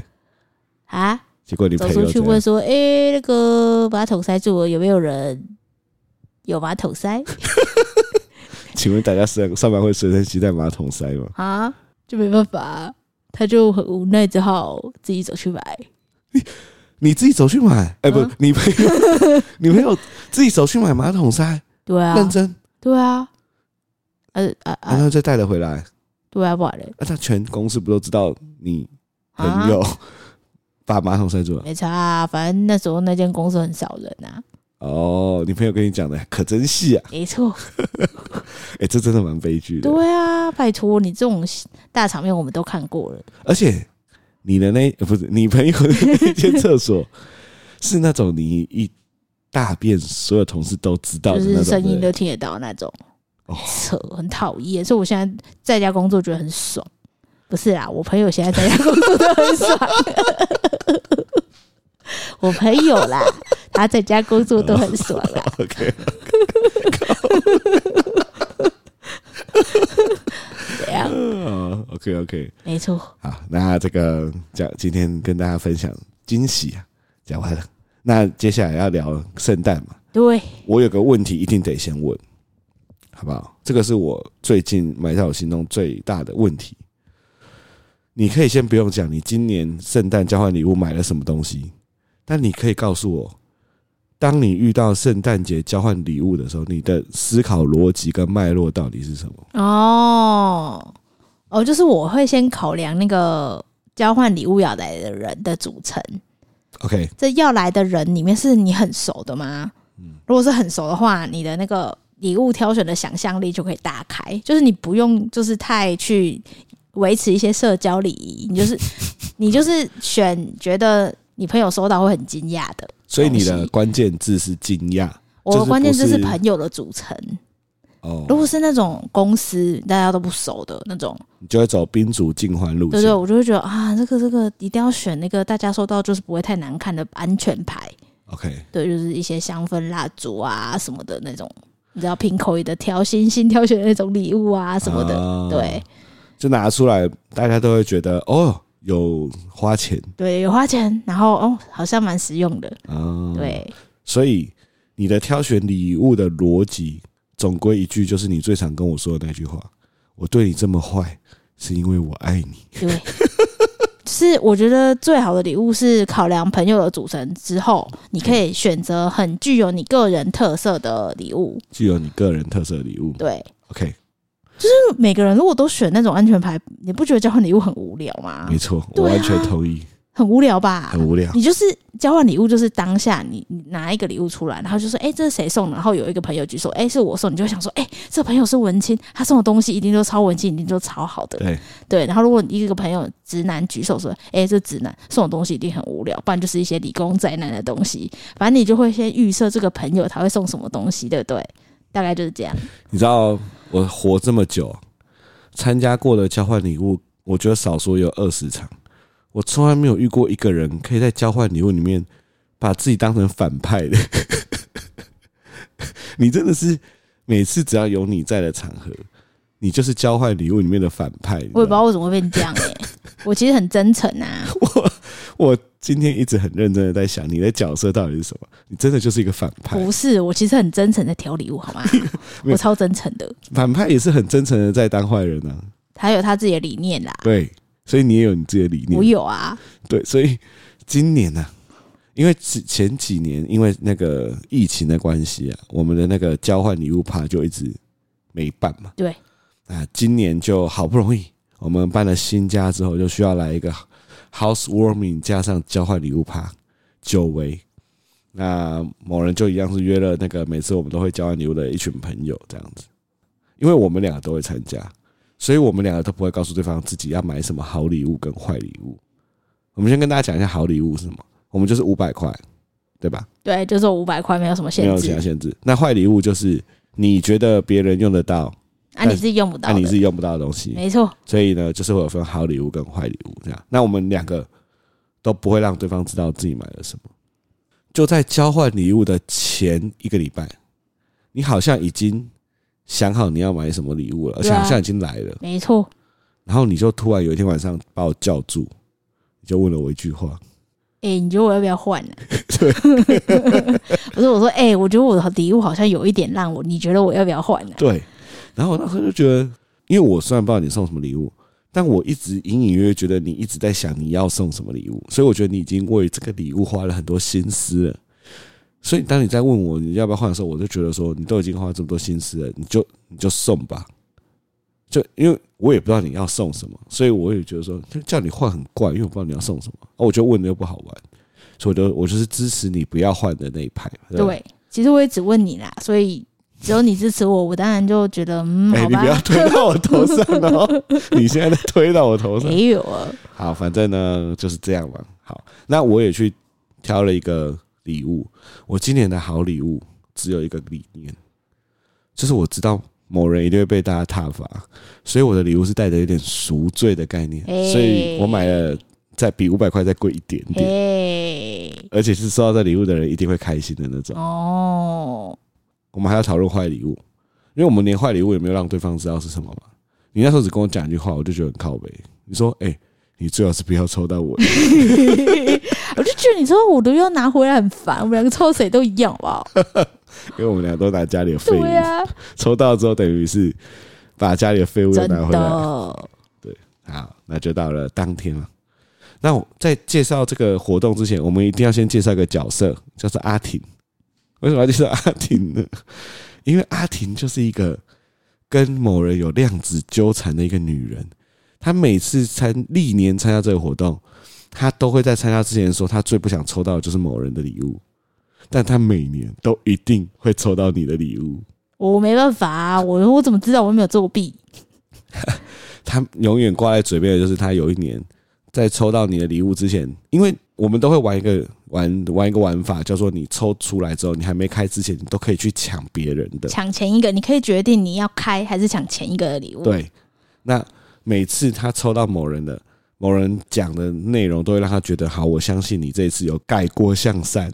[SPEAKER 2] 啊！
[SPEAKER 1] 结果你
[SPEAKER 2] 走
[SPEAKER 1] 朋
[SPEAKER 2] 出
[SPEAKER 1] 友
[SPEAKER 2] 去
[SPEAKER 1] 怎
[SPEAKER 2] 问
[SPEAKER 1] 样？
[SPEAKER 2] 说：“哎、那个马桶塞住了，有没有人有马桶塞
[SPEAKER 1] 请问大家上上班会随身携带马桶塞吗？
[SPEAKER 2] 啊？”就没办法，他就很无奈，只好自己走去买。
[SPEAKER 1] 你自己走去买？哎、不
[SPEAKER 2] 嗯，
[SPEAKER 1] 你朋友， [LAUGHS] 你朋友自己走去买马桶塞，
[SPEAKER 2] 对啊，
[SPEAKER 1] 认真，嗯
[SPEAKER 2] 对啊，呃啊
[SPEAKER 1] 然
[SPEAKER 2] 啊，
[SPEAKER 1] 后再带了回来。
[SPEAKER 2] 对啊，不然嘞
[SPEAKER 1] 那、他全公司不都知道你朋
[SPEAKER 2] 啊
[SPEAKER 1] 友把马桶塞住了？
[SPEAKER 2] 没差、啊，反正那时候那间公司很少人啊。
[SPEAKER 1] 哦，你朋友跟你讲的可真细啊！
[SPEAKER 2] 没错，
[SPEAKER 1] 哎、这真的蛮悲剧的。
[SPEAKER 2] 对啊，拜托你这种大场面我们都看过了，
[SPEAKER 1] 而且你的那呃不是你朋友的那间厕
[SPEAKER 2] [LAUGHS]
[SPEAKER 1] 所，是那种你一大便所有同事都知道
[SPEAKER 2] 就
[SPEAKER 1] 的那
[SPEAKER 2] 是
[SPEAKER 1] 种，
[SPEAKER 2] 声音
[SPEAKER 1] 对
[SPEAKER 2] 都听得到那种
[SPEAKER 1] 哦，
[SPEAKER 2] 扯，很讨厌。所以我现在在家工作觉得很爽。不是啦，我朋友现在在家工作都很爽。 [LAUGHS] 我朋友啦，他在家工作都很爽
[SPEAKER 1] [LAUGHS]
[SPEAKER 2] 啦。
[SPEAKER 1] 不对哦 OK，
[SPEAKER 2] 对啊，
[SPEAKER 1] 哦 OK OK，
[SPEAKER 2] 没错。
[SPEAKER 1] 好，那这个讲今天跟大家分享惊喜啊，讲完了，那接下来要聊圣诞嘛，
[SPEAKER 2] 对，
[SPEAKER 1] 我有个问题一定得先问，好不好？这个是我最近埋在我心中最大的问题。你可以先不用讲你今年圣诞交换礼物买了什么东西，但你可以告诉我，当你遇到圣诞节交换礼物的时候，你的思考逻辑跟脉络到底是什么？
[SPEAKER 2] 哦，哦，就是我会先考量那个交换礼物要来的人的组成。
[SPEAKER 1] OK，
[SPEAKER 2] 这要来的人里面是你很熟的吗？
[SPEAKER 1] 嗯
[SPEAKER 2] 如果是很熟的话，你的那个礼物挑选的想象力就可以大开，就是你不用就是太去维持一些社交礼仪，你就是
[SPEAKER 1] [LAUGHS]
[SPEAKER 2] 你就是选觉得你朋友收到会很惊讶的。
[SPEAKER 1] 所以你
[SPEAKER 2] 东
[SPEAKER 1] 的
[SPEAKER 2] 西
[SPEAKER 1] 关键字是惊讶
[SPEAKER 2] 我
[SPEAKER 1] 就
[SPEAKER 2] 的
[SPEAKER 1] 是
[SPEAKER 2] 关键
[SPEAKER 1] 不
[SPEAKER 2] 字是
[SPEAKER 1] 是
[SPEAKER 2] 朋友的组成，
[SPEAKER 1] 哦
[SPEAKER 2] 如，果是那种公司大家都不熟的那种，
[SPEAKER 1] 你就会走宾主尽欢路
[SPEAKER 2] 对对，
[SPEAKER 1] 线。
[SPEAKER 2] 我就会觉得啊，这个这个一定要选那个大家收到就是不会太难看的安全牌。
[SPEAKER 1] OK，
[SPEAKER 2] 对，就是一些香氛蜡烛啊什么的那种，你知道凭口语的挑星星挑选的那种礼物啊什么的，
[SPEAKER 1] 啊
[SPEAKER 2] 对
[SPEAKER 1] 就拿出来，大家都会觉得哦，有花钱
[SPEAKER 2] 对，有花钱，然后哦好像蛮实用的，
[SPEAKER 1] 啊。，
[SPEAKER 2] 对，
[SPEAKER 1] 所以你的挑选礼物的逻辑，总归一句就是你最常跟我说的那句话：我对你这么坏，是因为我爱你。
[SPEAKER 2] 对。就是我觉得最好的礼物是考量朋友的组成之后，你可以选择很具有你个人特色的礼物。
[SPEAKER 1] 具有你个人特色的礼物。
[SPEAKER 2] 对，
[SPEAKER 1] OK，
[SPEAKER 2] 就每个人如果都选那种安全牌，你不觉得交换礼物很无聊吗
[SPEAKER 1] 没？错，我
[SPEAKER 2] 对啊
[SPEAKER 1] 完全同意，
[SPEAKER 2] 很无聊吧？
[SPEAKER 1] 很无聊。
[SPEAKER 2] 你就是交换礼物，就是当下你你拿一个礼物出来，然后就说：“哎、这是谁送的？”然后有一个朋友举手：“哎、是我送。”你就会想说：“哎、这朋友是文青，他送的东西一定都超文青，一定都超好的。
[SPEAKER 1] 对，”
[SPEAKER 2] 对。然后如果你一个朋友直男举手说：“哎、这直男送的东西一定很无聊，不然就是一些理工宅男的东西。”反正你就会先预设这个朋友他会送什么东西，对不对？大概就是这样。
[SPEAKER 1] 你知道我活这么久，参加过的交换礼物，我觉得少说有二十场，我从来没有遇过一个人可以在交换礼物里面把自己当成反派的。 [LAUGHS] 你真的是每次只要有你在的场合，你就是交换礼物里面的反派。你知
[SPEAKER 2] 我也不知
[SPEAKER 1] 道吗
[SPEAKER 2] 道为什么会变这样哎、我其实很真诚啊，
[SPEAKER 1] 我今天一直很认真的在想，你的角色到底是什么？你真的就是一个反派，
[SPEAKER 2] 不是，我其实很真诚在挑礼物，好吗？
[SPEAKER 1] 没有
[SPEAKER 2] 我超真诚的，
[SPEAKER 1] 反派也是很真诚的在当坏人啊。
[SPEAKER 2] 他有他自己的理念啦。
[SPEAKER 1] 对，所以你也有你自己的理念
[SPEAKER 2] 我。有啊，
[SPEAKER 1] 对，所以今年呢、因为之前几年因为那个疫情的关系啊，我们的那个交换礼物趴就一直没办嘛。
[SPEAKER 2] 对，
[SPEAKER 1] 啊，今年就好不容易我们搬了新家之后，就需要来一个 housewarming 加上交换礼物趴，久违。那某人就一样是约了那个每次我们都会交换礼物的一群朋友这样子，因为我们两个都会参加，所以我们两个都不会告诉对方自己要买什么好礼物跟坏礼物。我们先跟大家讲一下好礼物是什么，我们就是五百块，对吧？
[SPEAKER 2] 对，就是五百块没有什么
[SPEAKER 1] 没
[SPEAKER 2] 限
[SPEAKER 1] 有其他
[SPEAKER 2] 制，
[SPEAKER 1] 限制。那坏礼物就是你觉得别人用得到，
[SPEAKER 2] 啊，你自己用不
[SPEAKER 1] 那、
[SPEAKER 2] 到
[SPEAKER 1] 你自
[SPEAKER 2] 的，
[SPEAKER 1] 己用不到的东西。
[SPEAKER 2] 没错，
[SPEAKER 1] 所以呢，就是会有分好礼物跟坏礼物这样。那我们两个都不会让对方知道自己买了什么。就在交换礼物的前一个礼拜，你好像已经想好你要买什么礼物了，而且
[SPEAKER 2] 对啊
[SPEAKER 1] 好像已经来了。
[SPEAKER 2] 没错，
[SPEAKER 1] 然后你就突然有一天晚上把我叫住，你就问了我一句话，
[SPEAKER 2] 哎、你觉得我要不要换
[SPEAKER 1] [LAUGHS]
[SPEAKER 2] 呢、 [LAUGHS] 不是，我说，哎、我觉得我的礼物好像有一点让我，你觉得我要不要换啊呢、
[SPEAKER 1] 对，然后我那时候就觉得，因为我虽然不知道你送什么礼物，但我一直隐隐约约觉得你一直在想你要送什么礼物，所以我觉得你已经为这个礼物花了很多心思了。所以当你在问我你要不要换的时候，我就觉得说你都已经花这么多心思了，你就你就送吧。就因为我也不知道你要送什么，所以我也觉得说就叫你换很怪，因为我不知道你要送什么，啊，我觉得问的又不好玩，所以我就我就是支持你不要换的那一派。吧
[SPEAKER 2] 对，其实我也只问你啦，所以只有你支持我，我当然就觉得嗯，
[SPEAKER 1] [LAUGHS] 哎、
[SPEAKER 2] 好
[SPEAKER 1] 你
[SPEAKER 2] 吧
[SPEAKER 1] 不，要推到我头上
[SPEAKER 2] [LAUGHS]
[SPEAKER 1] 哦！你现在在推到我头上。
[SPEAKER 2] 没有啊，
[SPEAKER 1] 好，反正呢就是这样嘛。好，那我也去挑了一个礼物。我今年的好礼物只有一个理念，就是我知道某人一定会被大家挞伐，所以我的礼物是带着有点赎罪的概念，
[SPEAKER 2] 哎
[SPEAKER 1] 所以我买了再比五百块再贵一点点，
[SPEAKER 2] 哎，
[SPEAKER 1] 而且是收到这礼物的人一定会开心的那种。
[SPEAKER 2] 哦， [LAUGHS]
[SPEAKER 1] 我们还要讨论坏礼物，因为我们连坏礼物也没有让对方知道是什么嘛。你那时候只跟我讲一句话，我就觉得很靠北。你说：“哎、你最好是不要抽到
[SPEAKER 2] [LAUGHS]
[SPEAKER 1] 我的。”
[SPEAKER 2] 我就觉得你说我都要拿回来很烦，我们两个抽谁都一样，好不好？
[SPEAKER 1] 因为我们俩都拿家里的废物，
[SPEAKER 2] 对啊，
[SPEAKER 1] 抽到之后等于是把家里的废物又
[SPEAKER 2] 真
[SPEAKER 1] 拿回来。
[SPEAKER 2] 的，哦
[SPEAKER 1] 好，那就到了当天了。那我在介绍这个活动之前，我们一定要先介绍一个角色，叫做阿婷。为什么要介绍阿婷呢？因为阿婷就是一个跟某人有量子纠缠的一个女人。她每次参历年参加这个活动，她都会在参加之前说，她最不想抽到的就是某人的礼物，但她每年都一定会抽到你的礼物。
[SPEAKER 2] 我没办法、啊，我我怎么知道我又没有作弊？
[SPEAKER 1] 他永远挂在嘴边的就是他有一年在抽到你的礼物之前，因为我们都会玩一个玩玩一个玩法，叫做你抽出来之后，你还没开之前，你都可以去抢别人的。
[SPEAKER 2] 抢前一个，你可以决定你要开还是抢前一个的礼物。
[SPEAKER 1] 对，那每次他抽到某人的。某人讲的内容都会让他觉得好，我相信你这一次有改过向善，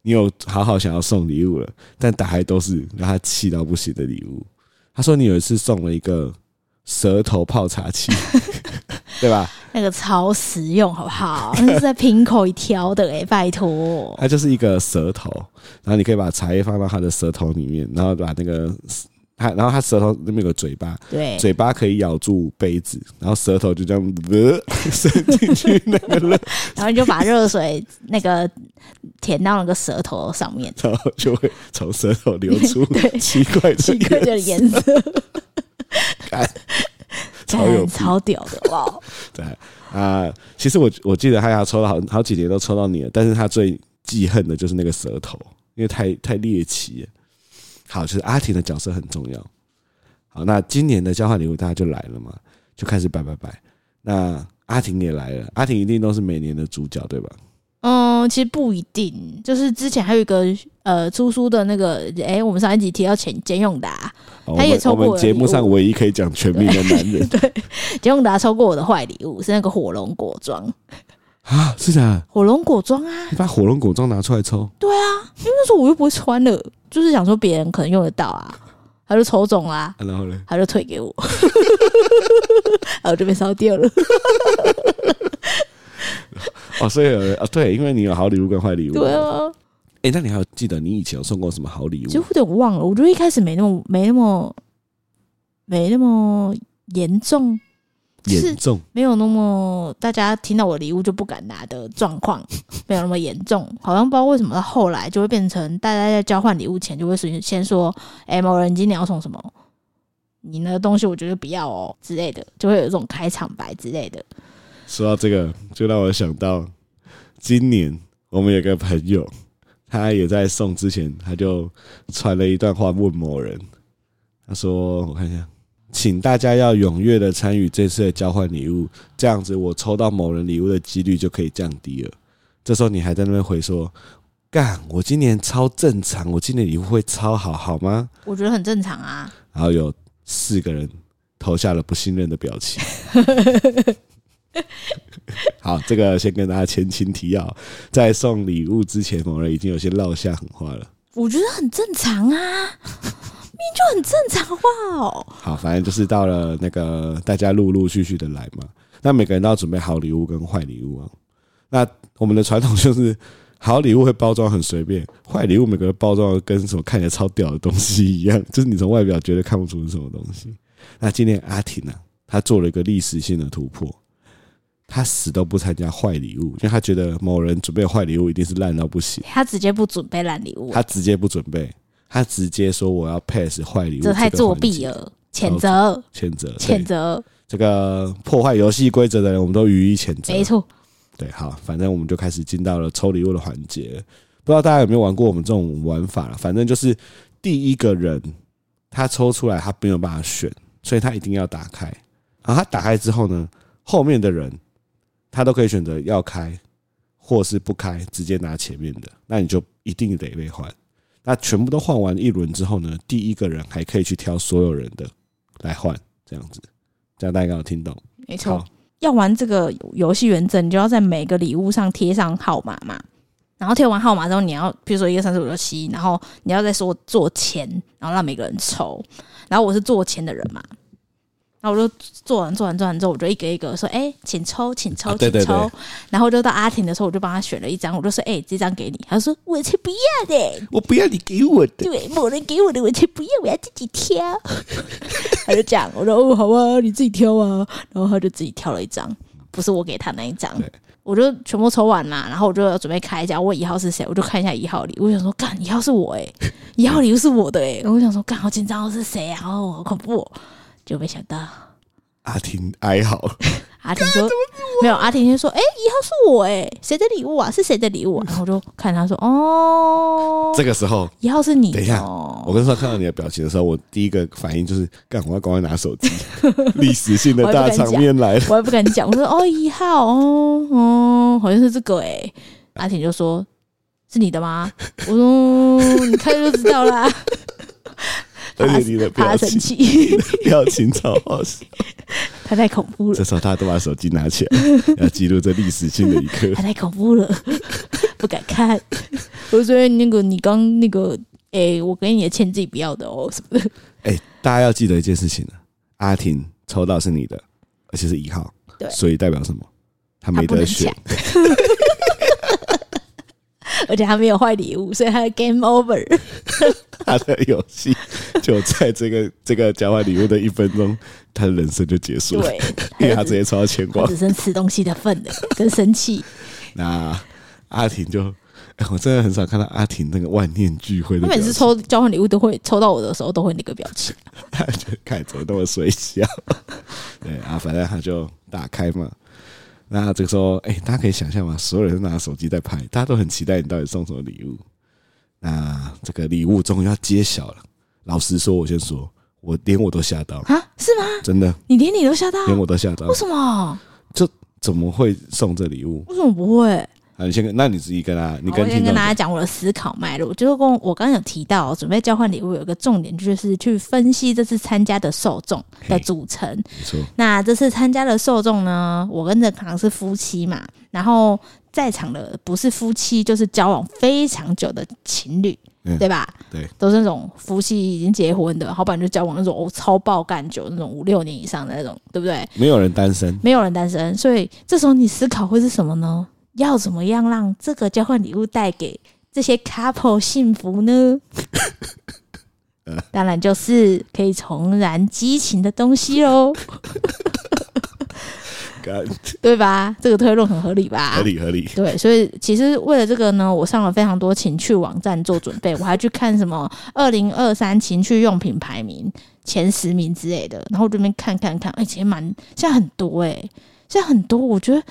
[SPEAKER 1] 你有好好想要送礼物了，但打开都是让他气到不行的礼物。他说你有一次送了一个舌头泡茶器， [LAUGHS] 对吧？
[SPEAKER 2] 那个超实用，好不
[SPEAKER 1] [LAUGHS]
[SPEAKER 2] 好？那是在瓶口里挑的哎、拜托。
[SPEAKER 1] 它就是一个舌头，然后你可以把茶叶放到它的舌头里面，然后把那个它，然后它舌头那边有个嘴巴，
[SPEAKER 2] 对，
[SPEAKER 1] 嘴巴可以咬住杯子，然后舌头就这样 [LAUGHS] 呃伸进去那个热，
[SPEAKER 2] 然后你就把热水那个舔到那个舌头上面，
[SPEAKER 1] 然后就会从舌头流出
[SPEAKER 2] [LAUGHS]
[SPEAKER 1] [LAUGHS]
[SPEAKER 2] 对
[SPEAKER 1] 奇怪的
[SPEAKER 2] 奇怪
[SPEAKER 1] 液
[SPEAKER 2] 的颜色，
[SPEAKER 1] [LAUGHS] 感，超有病
[SPEAKER 2] 干超屌的哇！
[SPEAKER 1] 对啊、其实我我记得他要抽到好好几年都抽到你了，但是他最记恨的就是那个舌头，因为太太猎奇了。好，就是阿婷的角色很重要。好，那今年的交换礼物大家就来了嘛，就开始摆摆摆。那阿婷也来了，阿婷一定都是每年的主角对吧？
[SPEAKER 2] 嗯，其实不一定，就是之前还有一个呃出书的那个，哎、我们上一集提到简简永达，
[SPEAKER 1] 好
[SPEAKER 2] 她也抽
[SPEAKER 1] 哦我
[SPEAKER 2] 过
[SPEAKER 1] 们我们节目
[SPEAKER 2] 礼
[SPEAKER 1] 上
[SPEAKER 2] 物
[SPEAKER 1] 唯一可以讲全名的男
[SPEAKER 2] [LAUGHS]
[SPEAKER 1] 人
[SPEAKER 2] 简永达抽过我的坏礼物是那个火龙果装，
[SPEAKER 1] 啊，是的，
[SPEAKER 2] 火龙果装啊，
[SPEAKER 1] 你把火龙果装拿出来抽，
[SPEAKER 2] 对啊，因为那时候我又不会穿了，就是想说别人可能用得到啊，他就抽中啦、
[SPEAKER 1] 啊然后呢？
[SPEAKER 2] 他就退给我，然后我就被烧掉了。
[SPEAKER 1] 哦，所以有啊，对，因为你有好礼物跟坏礼物。
[SPEAKER 2] 对啊，
[SPEAKER 1] 哎、那你还有记得你以前有送过什么好礼
[SPEAKER 2] 其实
[SPEAKER 1] 物
[SPEAKER 2] 我？有点忘了，我觉得一开始没那么没那么没那么严重，
[SPEAKER 1] 严重。
[SPEAKER 2] 没有那么大家听到我礼物就不敢拿的状 [LAUGHS] 况，没有那么严重。好像不知道为什么到后来就会变成大家在交换礼物前就会先先说：“哎、某人今天要送什么？你那个东西我觉得不要哦之类的，就会有这种开场白之类的。
[SPEAKER 1] 说到这个，就让我想到今年我们有个朋友，他也在送之前，他就传了一段话问某人，他说：“我看一下，请大家要踊跃的参与这次的交换礼物，这样子我抽到某人礼物的几率就可以降低了。”这时候你还在那边回说：“干，我今年超正常，我今年礼物会超好，好吗
[SPEAKER 2] 我觉得很正常啊。？”
[SPEAKER 1] 然后有四个人投下了不信任的表情。 [LAUGHS] 好，这个先跟大家前情提要，在送礼物之前，某人已经有些落下狠话了。
[SPEAKER 2] 我觉得很正常啊， [LAUGHS] 明明就很正常好不好？
[SPEAKER 1] 好，反正就是到了那个大家陆陆续续的来嘛，那每个人都要准备好礼物跟坏礼物啊。那我们的传统就是好礼物会包装很随便，坏礼物每个人包装得跟什么看起来超屌的东西一样，就是你从外表绝对看不出是什么东西。那今天阿婷啊，她做了一个历史性的突破，她死都不参加坏礼物，因为她觉得某人准备的坏礼物一定是烂到不行，
[SPEAKER 2] 他直接不准备烂礼物，
[SPEAKER 1] 她直接不准备，她直接说我要 pass 坏礼物
[SPEAKER 2] 这
[SPEAKER 1] 个环节，
[SPEAKER 2] 太作弊了，谴责，
[SPEAKER 1] 谴责，对
[SPEAKER 2] 谴责，
[SPEAKER 1] 这个破坏游戏规则的人，我们都予以谴责。
[SPEAKER 2] 没错。
[SPEAKER 1] 对，好，反正我们就开始进到了抽礼物的环节。不知不知道大家有没有玩过我们这种玩法啦反正就是第一个人他抽出来，他没有办法选，所以他一定要打开。然后他打开之后呢，后面的人他都可以选择要开或是不开，直接拿前面的，那你就一定得被换。那全部都换完一轮之后呢，第一个人还可以去挑所有人的来换，这样子，这样大家有听懂？
[SPEAKER 2] 没
[SPEAKER 1] 好
[SPEAKER 2] 错。，要玩这个游戏原则，你就要在每个礼物上贴上号码嘛。然后贴完号码之后，你要比如说一个三四五六七，然后你要再说做钱，然后让每个人抽。然后我是做钱的人嘛，然后我就做完做完做完之后，我就一个一个说：“哎、请抽，请抽，
[SPEAKER 1] 啊对
[SPEAKER 2] 请抽。
[SPEAKER 1] 对对
[SPEAKER 2] 然后就到阿婷的时候，我就帮她选了一张，我就说：“哎、这张给你。”她说：“我才不要的、
[SPEAKER 1] 我不要你给我的，
[SPEAKER 2] 对，某人给我的我才不要，我要自己
[SPEAKER 1] [LAUGHS]
[SPEAKER 2] 挑。他就讲，我说哦，好啊，你自己挑啊。然后他就自己挑了一张，不是我给他那一张
[SPEAKER 1] 对。
[SPEAKER 2] 我就全部抽完啦，然后我就要准备开奖，我一号是谁，我就看一下一号礼物，我想说，干一号是我
[SPEAKER 1] [LAUGHS]
[SPEAKER 2] 哎、欸，一号礼物是我的哎、欸，然后我想说，干好紧张哦，是谁啊？哦，好恐怖、哦，就没想到
[SPEAKER 1] 阿婷哀嚎，
[SPEAKER 2] 阿婷说没有，阿婷就说，哎、一号是我哎、欸，谁的礼物啊？是谁的礼物、啊？然后我就看他说，哦，
[SPEAKER 1] 这个时候
[SPEAKER 2] 一号是你、哦，
[SPEAKER 1] 等一下我跟说看到你的表情的时候，我第一个反应就是干，我要赶快拿手
[SPEAKER 2] [LAUGHS]
[SPEAKER 1] 机。历史性的大场面来了，
[SPEAKER 2] 我也不敢讲，我说哦一号哦哦，好像是这个哎、阿婷就说是你的吗？我说嗯你看就知
[SPEAKER 1] [LAUGHS]
[SPEAKER 2] 道啦，
[SPEAKER 1] 而且你的
[SPEAKER 2] 怕
[SPEAKER 1] 表
[SPEAKER 2] 他生
[SPEAKER 1] 情
[SPEAKER 2] 气，
[SPEAKER 1] 表情超好笑。
[SPEAKER 2] [LAUGHS] 他太恐怖了
[SPEAKER 1] 这，时候大家都把手机拿
[SPEAKER 2] [LAUGHS]
[SPEAKER 1] 起来，要记录这历史性的一刻
[SPEAKER 2] 他。太恐怖了， [LAUGHS] 不敢看。我说那个你刚那个哎、我给你的钱自己不要的哦 [LAUGHS] 什么的，
[SPEAKER 1] 哎、大家要记得一件事情啊，阿婷抽到是你的，而且是一号，
[SPEAKER 2] 对
[SPEAKER 1] 所以代表什么？他
[SPEAKER 2] 他
[SPEAKER 1] 没
[SPEAKER 2] 不
[SPEAKER 1] 得
[SPEAKER 2] 能
[SPEAKER 1] 选 [LAUGHS]
[SPEAKER 2] 抢，。而且他没有坏礼物，所以他的 game
[SPEAKER 1] [LAUGHS]
[SPEAKER 2] over。
[SPEAKER 1] 他的游
[SPEAKER 2] [LAUGHS]
[SPEAKER 1] 戏就在这个这个交换礼物的一分钟，他的人生就结束了，
[SPEAKER 2] 对，
[SPEAKER 1] [LAUGHS] 因为他直接抽到前
[SPEAKER 2] 他
[SPEAKER 1] 光。
[SPEAKER 2] 只剩吃东西的份
[SPEAKER 1] [LAUGHS]
[SPEAKER 2] 了，跟生气。
[SPEAKER 1] 那阿婷就，哎我真的很少看到阿婷那个万念俱灰的
[SPEAKER 2] 他
[SPEAKER 1] 表
[SPEAKER 2] 每次
[SPEAKER 1] 情，
[SPEAKER 2] 抽交换礼物都会抽到我的时候都会那个表情。
[SPEAKER 1] 他就看怎么那么水笑。对啊，反正他就打开嘛。那这个时候，哎、大家可以想象嘛，所有人都拿手机在拍，大家都很期待你到底送什么礼物。那这个礼物终于要揭晓了。老实说，我先说，我连我都吓到了，
[SPEAKER 2] 啊，是吗？
[SPEAKER 1] 真的，
[SPEAKER 2] 你连你都吓到？
[SPEAKER 1] 连我都吓到
[SPEAKER 2] 为。什么？
[SPEAKER 1] 怎么会送这礼物？
[SPEAKER 2] 为什么不会？
[SPEAKER 1] 啊，你先跟，那你自己跟他，你
[SPEAKER 2] 好
[SPEAKER 1] 跟
[SPEAKER 2] 我
[SPEAKER 1] 听
[SPEAKER 2] 先
[SPEAKER 1] 众
[SPEAKER 2] 跟大
[SPEAKER 1] 讲
[SPEAKER 2] 家讲我的思考脉络，就是跟我刚刚有提到，准备交换礼物有一个重点，就是去分析这次参加的受众的组成。
[SPEAKER 1] 没错，
[SPEAKER 2] 那这次参加的受众呢，我跟郑康是夫妻嘛，然后在场的不是夫妻，就是交往非常久的情侣，
[SPEAKER 1] 嗯
[SPEAKER 2] 对吧？
[SPEAKER 1] 对，
[SPEAKER 2] 都是那种夫妻已经结婚的，好不然就交往那种哦超爆干久那种五六年以上的那种，对不对？
[SPEAKER 1] 没有人单身，
[SPEAKER 2] 没有人单身，所以这时候你思考会是什么呢？要怎么样让这个交换礼物带给这些 couple 幸福呢？当然就是可以重燃激情的东西喽，
[SPEAKER 1] 干
[SPEAKER 2] 对吧？这个推论很合理吧？
[SPEAKER 1] 合理合理。
[SPEAKER 2] 对，所以其实为了这个呢，我上了非常多情趣网站做准备，我还去看什么二零二三情趣用品排名前十名之类的，然后我这边看看看，哎、其实蛮现在很多哎、现在很多，我觉得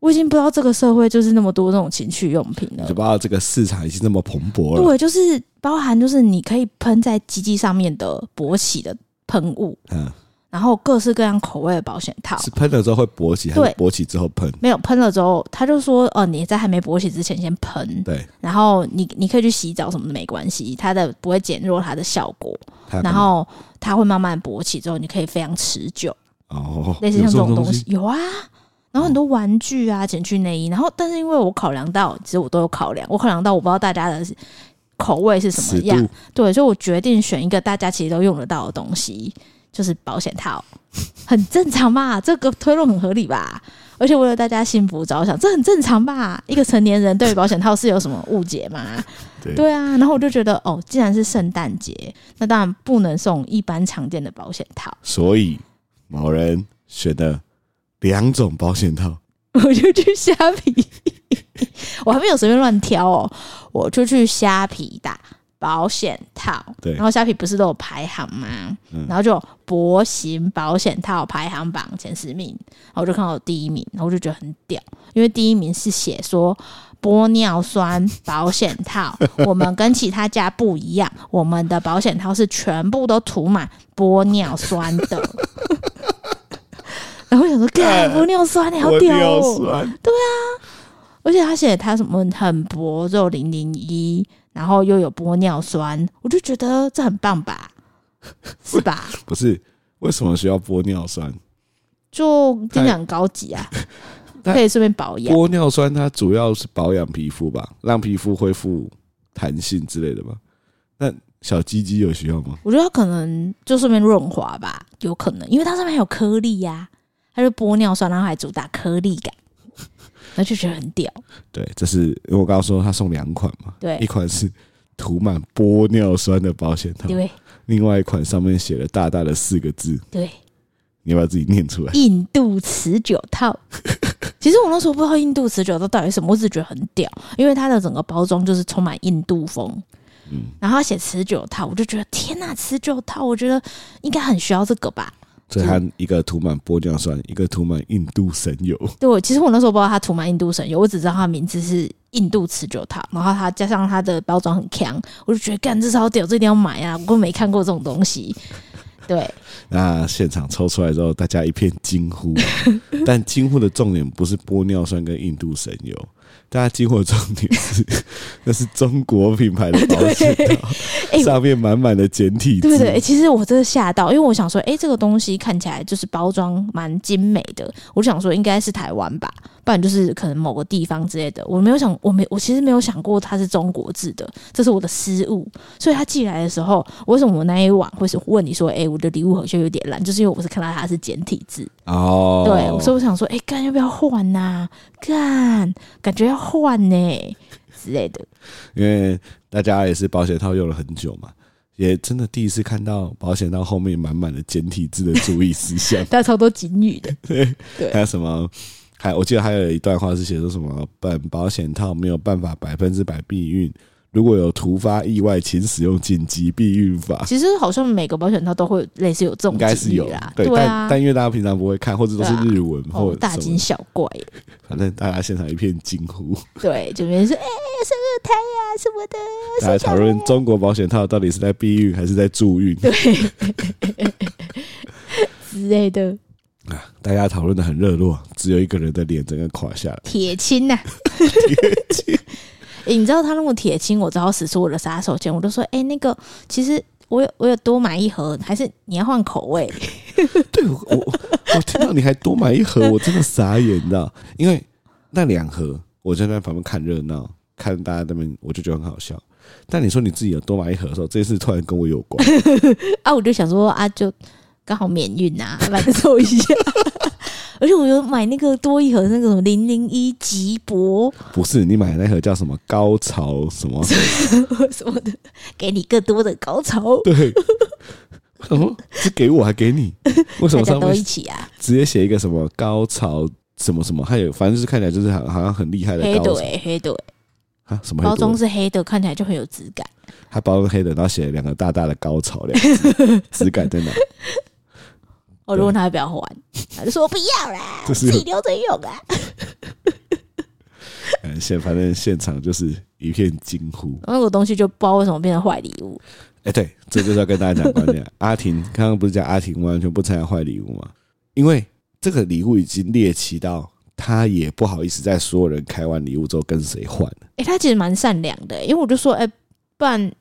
[SPEAKER 2] 我已经不知道这个社会就是那么多这种情趣用品
[SPEAKER 1] 你
[SPEAKER 2] 了
[SPEAKER 1] 就。不知道这个市场已经这么蓬勃了。
[SPEAKER 2] 对，就是包含就是你可以喷在机器上面的勃起的喷雾，
[SPEAKER 1] 嗯，
[SPEAKER 2] 然后各式各样口味的保险套，
[SPEAKER 1] 是喷了之后会勃起，还
[SPEAKER 2] 对
[SPEAKER 1] 是勃起之后喷？
[SPEAKER 2] 没有喷了之后，他就说，哦、你在还没勃起之前先喷，
[SPEAKER 1] 对，
[SPEAKER 2] 然后你你可以去洗澡什么的没关系，它的不会减弱它的效果，
[SPEAKER 1] 它
[SPEAKER 2] 然后它会慢慢勃起之后，你可以非常持久，
[SPEAKER 1] 哦，
[SPEAKER 2] 类似像
[SPEAKER 1] 有
[SPEAKER 2] 这种
[SPEAKER 1] 东
[SPEAKER 2] 东西，有啊。然后很多玩具啊、情趣内衣，然后但是因为我考量到，其实我都有考量，我考量到我不知道大家的口味是什么
[SPEAKER 1] 尺
[SPEAKER 2] 样，
[SPEAKER 1] 度
[SPEAKER 2] 对，所以我决定选一个大家其实都用得到的东西，就是保险套，很正常嘛，这个推论很合理吧？而且为了大家幸福着想，这很正常吧？一个成年人对于保险套是有什么误解吗？
[SPEAKER 1] 对
[SPEAKER 2] 对啊，然后我就觉得哦，既然是圣诞节，那当然不能送一般常见的保险套，
[SPEAKER 1] 所以某人选了两种保险套，
[SPEAKER 2] 我就去虾皮，我还没有随便乱挑哦，我就去虾皮打保险套，
[SPEAKER 1] 对
[SPEAKER 2] 然后虾皮不是都有排行吗？
[SPEAKER 1] 嗯
[SPEAKER 2] 然后就有薄型保险套排行榜前十名，然后我就看到第一名，然后我就觉得很屌，因为第一名是写说玻尿酸保险套。我们跟其他家不一样，我们的保险套是全部都涂满玻尿酸的。 [LAUGHS] 然后我想说，
[SPEAKER 1] 哎
[SPEAKER 2] 干玻尿酸 [LAUGHS] 你好
[SPEAKER 1] 我
[SPEAKER 2] 屌、
[SPEAKER 1] 尿
[SPEAKER 2] 哦，
[SPEAKER 1] 酸，
[SPEAKER 2] 而且他写他什么很薄，只有零零一，然后又有玻尿酸，我就觉得这很棒吧，是吧？
[SPEAKER 1] 不是为什么需要玻尿酸？
[SPEAKER 2] 就听起来很高级啊，
[SPEAKER 1] 但
[SPEAKER 2] 可以顺便保养。
[SPEAKER 1] 玻尿酸它主要是保养皮肤吧，让皮肤恢复弹性之类的吧。那小鸡鸡有需要吗？
[SPEAKER 2] 我觉得它可能就顺便润滑吧，有可能，因为它上面还有颗粒呀、它就玻尿酸，然后还主打颗粒感，那就觉得很屌。
[SPEAKER 1] 对，这是因为我刚刚说它送两款嘛，一
[SPEAKER 2] 对
[SPEAKER 1] 款是涂满玻尿酸的保险套，
[SPEAKER 2] 对
[SPEAKER 1] 另外一款上面写了大大的四个字，
[SPEAKER 2] 对，
[SPEAKER 1] 你要不要自己念出来？
[SPEAKER 2] 印度持久套。其实我那时候不知道印度持久套到底是什么，我只觉得很屌，因为它的整个包装就是充满印度风。
[SPEAKER 1] 嗯，
[SPEAKER 2] 然后它写持久套，我就觉得天呐，持久套，我觉得应该很需要这个吧。
[SPEAKER 1] 所以它一个涂满玻尿酸，一个涂满印度神油。
[SPEAKER 2] 对，其实我那时候不知道它涂满印度神油，我只知道它名字是印度持久套，然后它加上它的包装很强，我就觉得干这超屌，这一定要买啊！我根本没看过这种东西。对，
[SPEAKER 1] 那现场抽出来之后，大家一片惊
[SPEAKER 2] [LAUGHS]
[SPEAKER 1] 呼。但惊呼的重点不是玻尿酸跟印度神油，大家惊呼的重点是那是中国品牌的保险套，
[SPEAKER 2] 哎
[SPEAKER 1] 上面满满的简体字
[SPEAKER 2] 对。对，其实我真的吓到，因为我想说，哎、这个东西看起来就是包装蛮精美的，我想说应该是台湾吧，不然就是可能某个地方之类的。我没有想，我没，我其实没有想过它是中国制的，这是我的失误。所以他寄来的时候，为什么我那一晚会是问你说，哎、我的礼物好像有点烂，就是因为我是看到它是简体字，
[SPEAKER 1] 哦，
[SPEAKER 2] 哎对，所以我想说，哎、干要不要换呐、干，感觉要换呢、之类的。，
[SPEAKER 1] 因为大家也是保险套用了很久嘛，也真的第一次看到保险套后面满满的简体字的注意事项
[SPEAKER 2] 大家超多警语的， [LAUGHS] 对
[SPEAKER 1] 还有什么？还我记得还有一段话是写说什么本保险套没有办法百分之百避孕，如果有突发意外，请使用紧急避孕法。
[SPEAKER 2] 其实好像每个保险套都会类似有这
[SPEAKER 1] 应
[SPEAKER 2] 种
[SPEAKER 1] 该是
[SPEAKER 2] 警语
[SPEAKER 1] 有
[SPEAKER 2] 啦，
[SPEAKER 1] 对，
[SPEAKER 2] 啊
[SPEAKER 1] 但，但因为大家平常不会看，或者都是日文、或
[SPEAKER 2] 哦，
[SPEAKER 1] 者
[SPEAKER 2] 大
[SPEAKER 1] 什
[SPEAKER 2] 惊
[SPEAKER 1] 么，
[SPEAKER 2] 小怪耶，
[SPEAKER 1] 反正大家现场一片惊
[SPEAKER 2] [LAUGHS]
[SPEAKER 1] 呼，
[SPEAKER 2] 对，就别人说，哎、生二胎
[SPEAKER 1] [LAUGHS]
[SPEAKER 2] 呀、什么的，
[SPEAKER 1] 大家讨论中国保险套到底是在避孕还是在助孕。
[SPEAKER 2] 之类的，
[SPEAKER 1] 啊，大家讨论的很热络，只有一个人的脸整个垮下来。
[SPEAKER 2] 铁青呐、 [LAUGHS] 欸你知道他那么铁青，我只好使出我的杀手锏，我就说，哎、那个，其实我有我有多买一盒，还是你要换口
[SPEAKER 1] [LAUGHS]
[SPEAKER 2] 味？
[SPEAKER 1] 对我我我我听到你还多买一盒，我真的傻眼，你知道？因为那两盒，我就在旁边看热闹，看大家那边，我就觉得很好笑。但你说你自己有多买一盒的时候，这件事突然跟我有
[SPEAKER 2] [LAUGHS]
[SPEAKER 1] 关，
[SPEAKER 2] 啊，我就想说啊，就刚好免运呐、啊，来凑一下。 [LAUGHS] 而且我有买那个多一盒那个什么零零一吉博
[SPEAKER 1] 不是你买的那盒叫什么高潮什么？
[SPEAKER 2] [LAUGHS] 什么的，给你更多的高潮，
[SPEAKER 1] 对，我想说是给我还给你？为什
[SPEAKER 2] 大
[SPEAKER 1] 么
[SPEAKER 2] 家
[SPEAKER 1] 上
[SPEAKER 2] 都一
[SPEAKER 1] 面
[SPEAKER 2] 起啊，
[SPEAKER 1] 直接写一个什么高潮什么什么？还有反正就是看起来就是好好像很厉害的
[SPEAKER 2] 黑
[SPEAKER 1] 高
[SPEAKER 2] 的
[SPEAKER 1] 潮
[SPEAKER 2] 哎、黑的、欸，
[SPEAKER 1] 啊，什么黑
[SPEAKER 2] 包
[SPEAKER 1] 豆
[SPEAKER 2] 装是黑的，看起来就很有质感。
[SPEAKER 1] 他包装黑的，然后写了两个大大的高潮两个字，质感在哪？
[SPEAKER 2] 我就问哦他要不要换，他就说我不要 [LAUGHS] 啦，
[SPEAKER 1] 这
[SPEAKER 2] 我
[SPEAKER 1] 是
[SPEAKER 2] 自己留着用啊。
[SPEAKER 1] 嗯，现反正现场就是一片惊呼。
[SPEAKER 2] 那个东西就不知道为什么变成坏礼物，
[SPEAKER 1] 哎、对，这就是要跟大家讲观 [LAUGHS] 念。阿婷刚刚不是讲阿婷完全不参加坏礼物吗？因为这个礼物已经猎奇到他也不好意思在所有人开完礼物之后跟谁换了。
[SPEAKER 2] 哎、他其实蛮善良的、因为我就说，哎、不然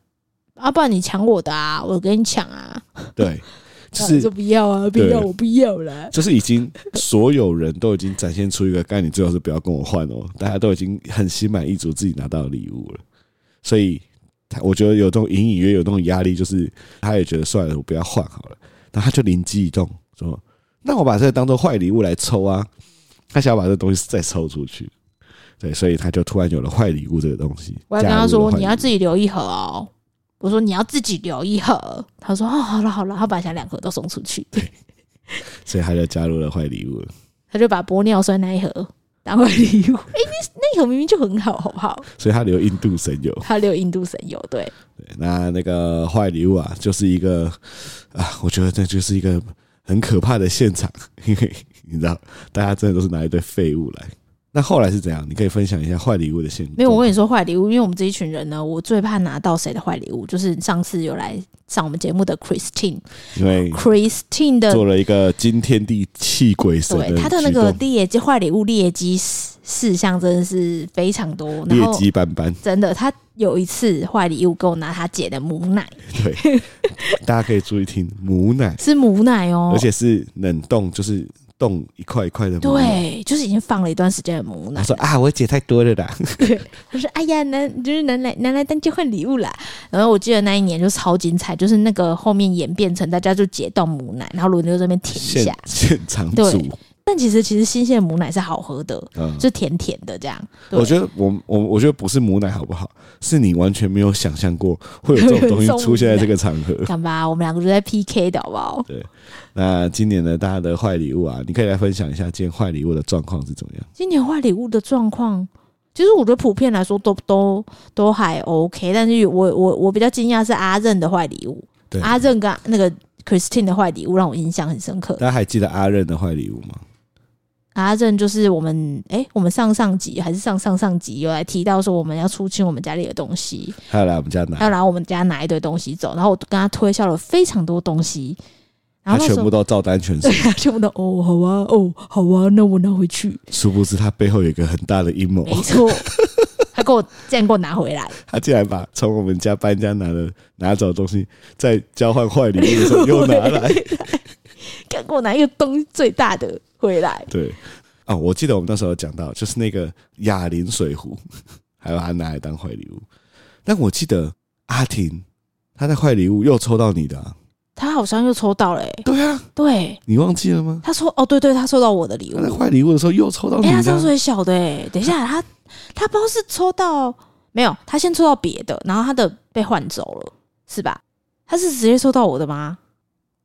[SPEAKER 2] 啊，不然你抢我的啊，我给你抢啊，
[SPEAKER 1] 对，就
[SPEAKER 2] 啊你
[SPEAKER 1] 是
[SPEAKER 2] 说不要啊，不
[SPEAKER 1] 对
[SPEAKER 2] 要，我不要啦。
[SPEAKER 1] 就是已经所有人都已经展现出一个，干你最好是不要跟我换哦，大家都已经很心满意足自己拿到的礼物了，所以他我觉得有这种隐隐约有这种压力，就是他也觉得算了，我不要换好了，然后他就灵机一动说，那我把这个当做坏礼物来抽啊，他想要把这个东西再抽出去。对，所以他就突然有了坏礼物这个东西。
[SPEAKER 2] 我还跟
[SPEAKER 1] 加入
[SPEAKER 2] 他
[SPEAKER 1] 了
[SPEAKER 2] 说
[SPEAKER 1] 坏
[SPEAKER 2] 哦你
[SPEAKER 1] 礼物
[SPEAKER 2] 要自己留一盒哦。我说你要自己留一盒，他说哦好了好了，他本来想两盒都送出去，
[SPEAKER 1] 所以他就加入了坏礼物了。
[SPEAKER 2] 他就把玻尿酸那一盒当回礼 [LAUGHS] 物。哎、那那一盒明明就很好，好不 [LAUGHS] 好？
[SPEAKER 1] 所以他留印度神油。
[SPEAKER 2] 他留印度神油，对，
[SPEAKER 1] 那那个坏礼物啊，就是一个啊，我觉得这就是一 [LAUGHS] 个很可怕的现场，因为你知道，大家真的都是拿一堆废物来。那后来是怎样？你可以分享一下坏礼物的现
[SPEAKER 2] 没有，我跟你说坏礼物，因为我们这一群人呢，我最怕拿到谁的坏礼物，就是上次有来上我们节目的 Christine，Christine
[SPEAKER 1] 因为
[SPEAKER 2] 的
[SPEAKER 1] 嗯做了一个惊天地泣鬼神
[SPEAKER 2] 对他的
[SPEAKER 1] 的
[SPEAKER 2] 那个
[SPEAKER 1] 举
[SPEAKER 2] 劣迹坏礼物劣迹事事项真的是非常多，
[SPEAKER 1] 动
[SPEAKER 2] 然
[SPEAKER 1] 劣
[SPEAKER 2] 后
[SPEAKER 1] 迹斑斑， [LAUGHS]
[SPEAKER 2] 真的他有一次坏礼物给我拿他姐的母奶，
[SPEAKER 1] 对，大家可以注意听，母奶，
[SPEAKER 2] 是母奶哦，
[SPEAKER 1] 而且是冷冻，就是冻一块一块的母奶。
[SPEAKER 2] 对，就是已经放了一段时间的母奶
[SPEAKER 1] 他。说啊，我姐太多了啦，
[SPEAKER 2] 他说：“哎呀，男就是男来男来单就换礼物啦。”然后我记得那一年就超精彩，就是那个后面演变成大家就解冻母奶，然后轮流这边舔一
[SPEAKER 1] 现 [LAUGHS]
[SPEAKER 2] 下。
[SPEAKER 1] 现场
[SPEAKER 2] 对
[SPEAKER 1] 煮，
[SPEAKER 2] 但其实其实新鲜的母奶是好喝的，
[SPEAKER 1] 嗯，
[SPEAKER 2] 就甜甜的这样。对啊
[SPEAKER 1] 我觉得我我我觉得不是母奶好不好，是你完全没有想象过会有这种东西
[SPEAKER 2] 送母奶
[SPEAKER 1] 出现在这个场
[SPEAKER 2] [LAUGHS]
[SPEAKER 1] 合。
[SPEAKER 2] 看嗯吧，我们两个就在 PK 的好不好？
[SPEAKER 1] 那今年的大家的坏礼物啊，你可以来分享一下今年坏礼物的状况是怎么样？
[SPEAKER 2] 今年换礼物的状况，其实我觉得普遍来说都都都还 OK，但是我我我比较惊讶是阿任的坏礼物，
[SPEAKER 1] 对，
[SPEAKER 2] 阿任跟那个 Christine 的坏礼物让我印象很深刻。
[SPEAKER 1] 大家还记得阿任的坏礼物吗？
[SPEAKER 2] 阿正就是我们，哎、我们上上集还是上上上集有来提到说我们要出清我们家里的东西，
[SPEAKER 1] 他有来我们家
[SPEAKER 2] 要
[SPEAKER 1] 拿，
[SPEAKER 2] 来我们家拿一堆东西走，然后我跟他推销了非常多东西， [LAUGHS]
[SPEAKER 1] 他
[SPEAKER 2] 然后那
[SPEAKER 1] 全
[SPEAKER 2] 时
[SPEAKER 1] 部
[SPEAKER 2] 候
[SPEAKER 1] 都照单全收
[SPEAKER 2] [LAUGHS] 对，他全部都哦好啊，哦好啊，那我拿回去，
[SPEAKER 1] 殊不知他背后有一个很大的阴谋，
[SPEAKER 2] 没错， [LAUGHS] 他给我这样给我拿回来，
[SPEAKER 1] 他竟然把从我们家搬家拿的拿走的东西，在交换坏礼物的时
[SPEAKER 2] [LAUGHS]
[SPEAKER 1] 候又拿来。
[SPEAKER 2] 给我拿一个东西最大的回来，
[SPEAKER 1] 对，哦，我记得我们那时候有讲到，就是那个哑铃水壶，还有他拿来当坏礼物。但我记得阿婷她的坏礼物又抽到你的、啊，
[SPEAKER 2] 他好像又抽到了、欸，
[SPEAKER 1] 对啊，
[SPEAKER 2] 对，
[SPEAKER 1] 你忘记了吗？
[SPEAKER 2] 他说哦对对，他抽到我的礼
[SPEAKER 1] 她在
[SPEAKER 2] 物，
[SPEAKER 1] 坏礼物的时候又抽到你的、
[SPEAKER 2] 哎、他上次
[SPEAKER 1] 啊，
[SPEAKER 2] 也小的哎、等一下，他他不知道是抽到没有，他先抽到别的，然后他的被换走了，是吧？他是直接抽到我的吗？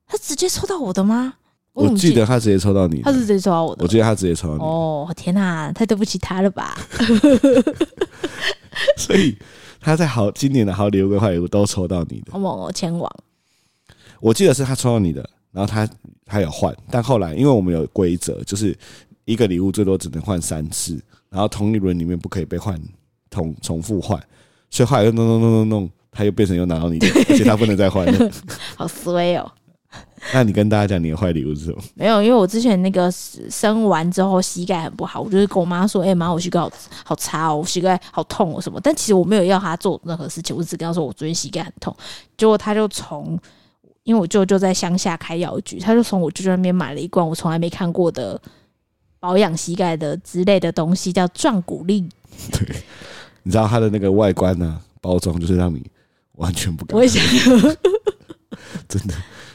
[SPEAKER 2] 他直接抽到我的吗？
[SPEAKER 1] 我
[SPEAKER 2] 怎么
[SPEAKER 1] 记得他直接抽到你的，
[SPEAKER 2] 他是直接抽到我的。
[SPEAKER 1] 我记得他直接抽到你的，
[SPEAKER 2] 哦，天哪、太对不起他
[SPEAKER 1] [LAUGHS]
[SPEAKER 2] 了吧？
[SPEAKER 1] 所以他在好今年的好礼物跟坏礼物都抽到你的。
[SPEAKER 2] 我某哦前往
[SPEAKER 1] 我记得是他抽到你的，然后他他有换，但后来因为我们有规则，就是一个礼物最多只能换三次，然后同一轮里面不可以被换同重复换，所以后来又弄弄弄弄弄，他又变成又拿到你的，而且他不能再换
[SPEAKER 2] [LAUGHS]
[SPEAKER 1] 了。
[SPEAKER 2] 好衰哦。
[SPEAKER 1] 那你跟大家讲你的坏礼物是什么？
[SPEAKER 2] 没有，因为我之前那个生完之后膝盖很不好，我就是跟我妈说：“哎、妈，我膝盖好好差哦，我膝盖好痛哦什么。”但其实我没有要她做任何事情，我只跟她说我最近膝盖很痛。结果她就从，因为我舅舅在乡下开药局，她就从我舅舅那边买了一罐我从来没看过的保养膝盖的之类的东西，叫壮骨力。
[SPEAKER 1] 你知道它的那个外观呢、包装就是让你完全不敢
[SPEAKER 2] 我也
[SPEAKER 1] 看，
[SPEAKER 2] 想，
[SPEAKER 1] 真的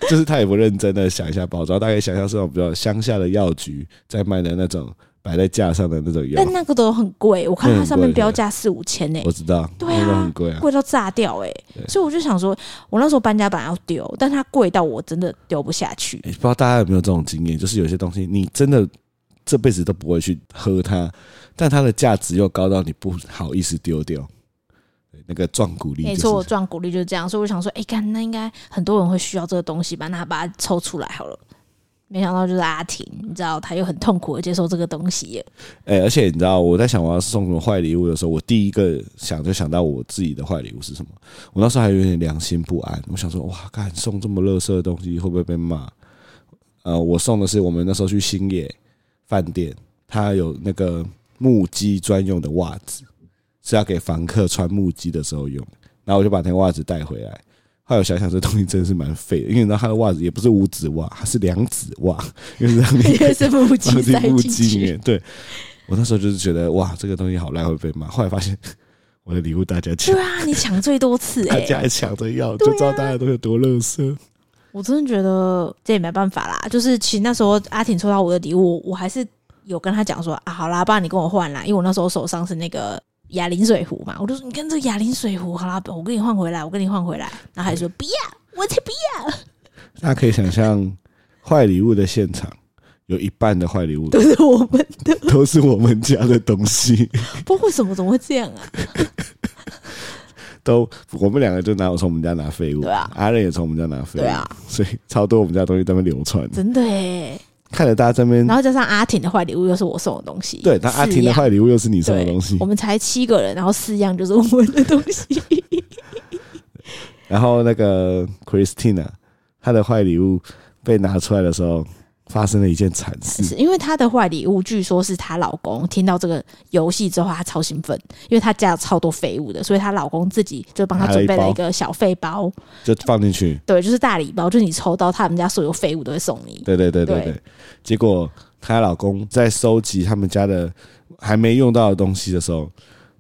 [SPEAKER 1] 就是他也不认真的想一下包装，大概想象是那种比较乡下的药局在卖的那种摆在架上的那种药
[SPEAKER 2] 哎但，那个都很贵，我看它上面标价四五千呢、
[SPEAKER 1] 嗯我知道，
[SPEAKER 2] 对啊
[SPEAKER 1] 那个很贵啊。
[SPEAKER 2] 贵到炸掉哎、
[SPEAKER 1] 对
[SPEAKER 2] 所以我就想说，我那时候搬家本来要丢，但它贵到我真的丢不下去。
[SPEAKER 1] 欸不知道大家有没有这种经验，就是有些东西你真的这辈子都不会去喝它，但它的价值又高到你不好意思丢掉。对那个壮骨力、就是，
[SPEAKER 2] 没错，赚鼓励就是这样，所以我想说，哎、干，那应该很多人会需要这个东西吧？那把它抽出来好了。没想到就是阿婷，你知道，她又很痛苦的接受这个东
[SPEAKER 1] [LAUGHS]
[SPEAKER 2] 西了。
[SPEAKER 1] 哎、而且你知道我在想我要送什么坏礼物的时候，我第一个想就想到我自己的坏礼物是什么。我那时候还有点良心不安，我想说，哇，干送这么垃圾的东西会不会被骂？呃，我送的是我们那时候去新野饭店，它有那个木屐专用的袜子，是要给房客穿木屐的时候用的。然后我就把那个袜子带回来。后来我想想，这东西真的是蛮废的，因为你知道它的袜子也不是五指袜，它是两指袜，因为让你
[SPEAKER 2] 也是母
[SPEAKER 1] 放
[SPEAKER 2] 鸡
[SPEAKER 1] 进
[SPEAKER 2] 塞
[SPEAKER 1] 木
[SPEAKER 2] 进
[SPEAKER 1] 屐里
[SPEAKER 2] 去，
[SPEAKER 1] 面。对我那时候就是觉得哇，这个东西好赖会被骂。后来发现 [LAUGHS] 我的礼物大家抢
[SPEAKER 2] 对，啊，你抢最多次
[SPEAKER 1] 大
[SPEAKER 2] 哎、
[SPEAKER 1] 家还抢着要，
[SPEAKER 2] 对
[SPEAKER 1] 就
[SPEAKER 2] 啊
[SPEAKER 1] 知道大家都有多乐色。
[SPEAKER 2] 我真的觉得这也没办法啦。就是其实那时候阿婷抽到我的礼物，我还是有跟她讲说啊，好啦，爸，你跟我换啦，因为我那时候手上是那个哑铃水壶嘛，我就说你看这哑铃水壶，好啦，我跟你换回来，我跟你换回来。然后她就说不要，我才
[SPEAKER 1] [LAUGHS]
[SPEAKER 2] 不要。
[SPEAKER 1] 大家可以想象坏礼物的现场。有一半的坏礼物
[SPEAKER 2] 都是我们的，
[SPEAKER 1] 都是我们家的东西， [LAUGHS]
[SPEAKER 2] 不知道为什么怎么会这样啊？
[SPEAKER 1] 都我们两个就拿我从我们家拿废物，
[SPEAKER 2] 对啊
[SPEAKER 1] 阿任也从我们家拿废物，
[SPEAKER 2] 对啊，
[SPEAKER 1] 所以超多我们家东西在那边流传。
[SPEAKER 2] 真的哎，
[SPEAKER 1] 看着大家这边
[SPEAKER 2] 然，后加上阿婷的坏礼物又是我送的东西，
[SPEAKER 1] 嗯对，那阿婷的
[SPEAKER 2] 四样
[SPEAKER 1] 坏礼物又是你送的
[SPEAKER 2] 对
[SPEAKER 1] 东西
[SPEAKER 2] 我，们才七个人，然后四样就是我们的东
[SPEAKER 1] [LAUGHS]
[SPEAKER 2] 西，
[SPEAKER 1] 然后那个 Christina 她的坏礼物被拿出来的时候，发生了一件惨事
[SPEAKER 2] 是。因为她的坏礼物，据说是她老公听到这个游戏之后，她超兴奋，因为她家有超多废物的，所以她老公自己就帮她
[SPEAKER 1] 拿了一
[SPEAKER 2] 准备了
[SPEAKER 1] 包
[SPEAKER 2] 一个小废包，
[SPEAKER 1] 就放进去。
[SPEAKER 2] 对，就是大礼包，就是你抽到他们家所有废物都会送你，
[SPEAKER 1] 对对对对
[SPEAKER 2] 对
[SPEAKER 1] 对。结果她老公在收集他们家的还没用到的东西的时候，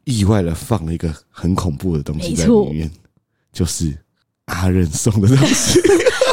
[SPEAKER 1] 意外的放了一个很恐怖的东西在
[SPEAKER 2] 没错
[SPEAKER 1] 里面，就是阿任送的东
[SPEAKER 2] [LAUGHS]
[SPEAKER 1] 西。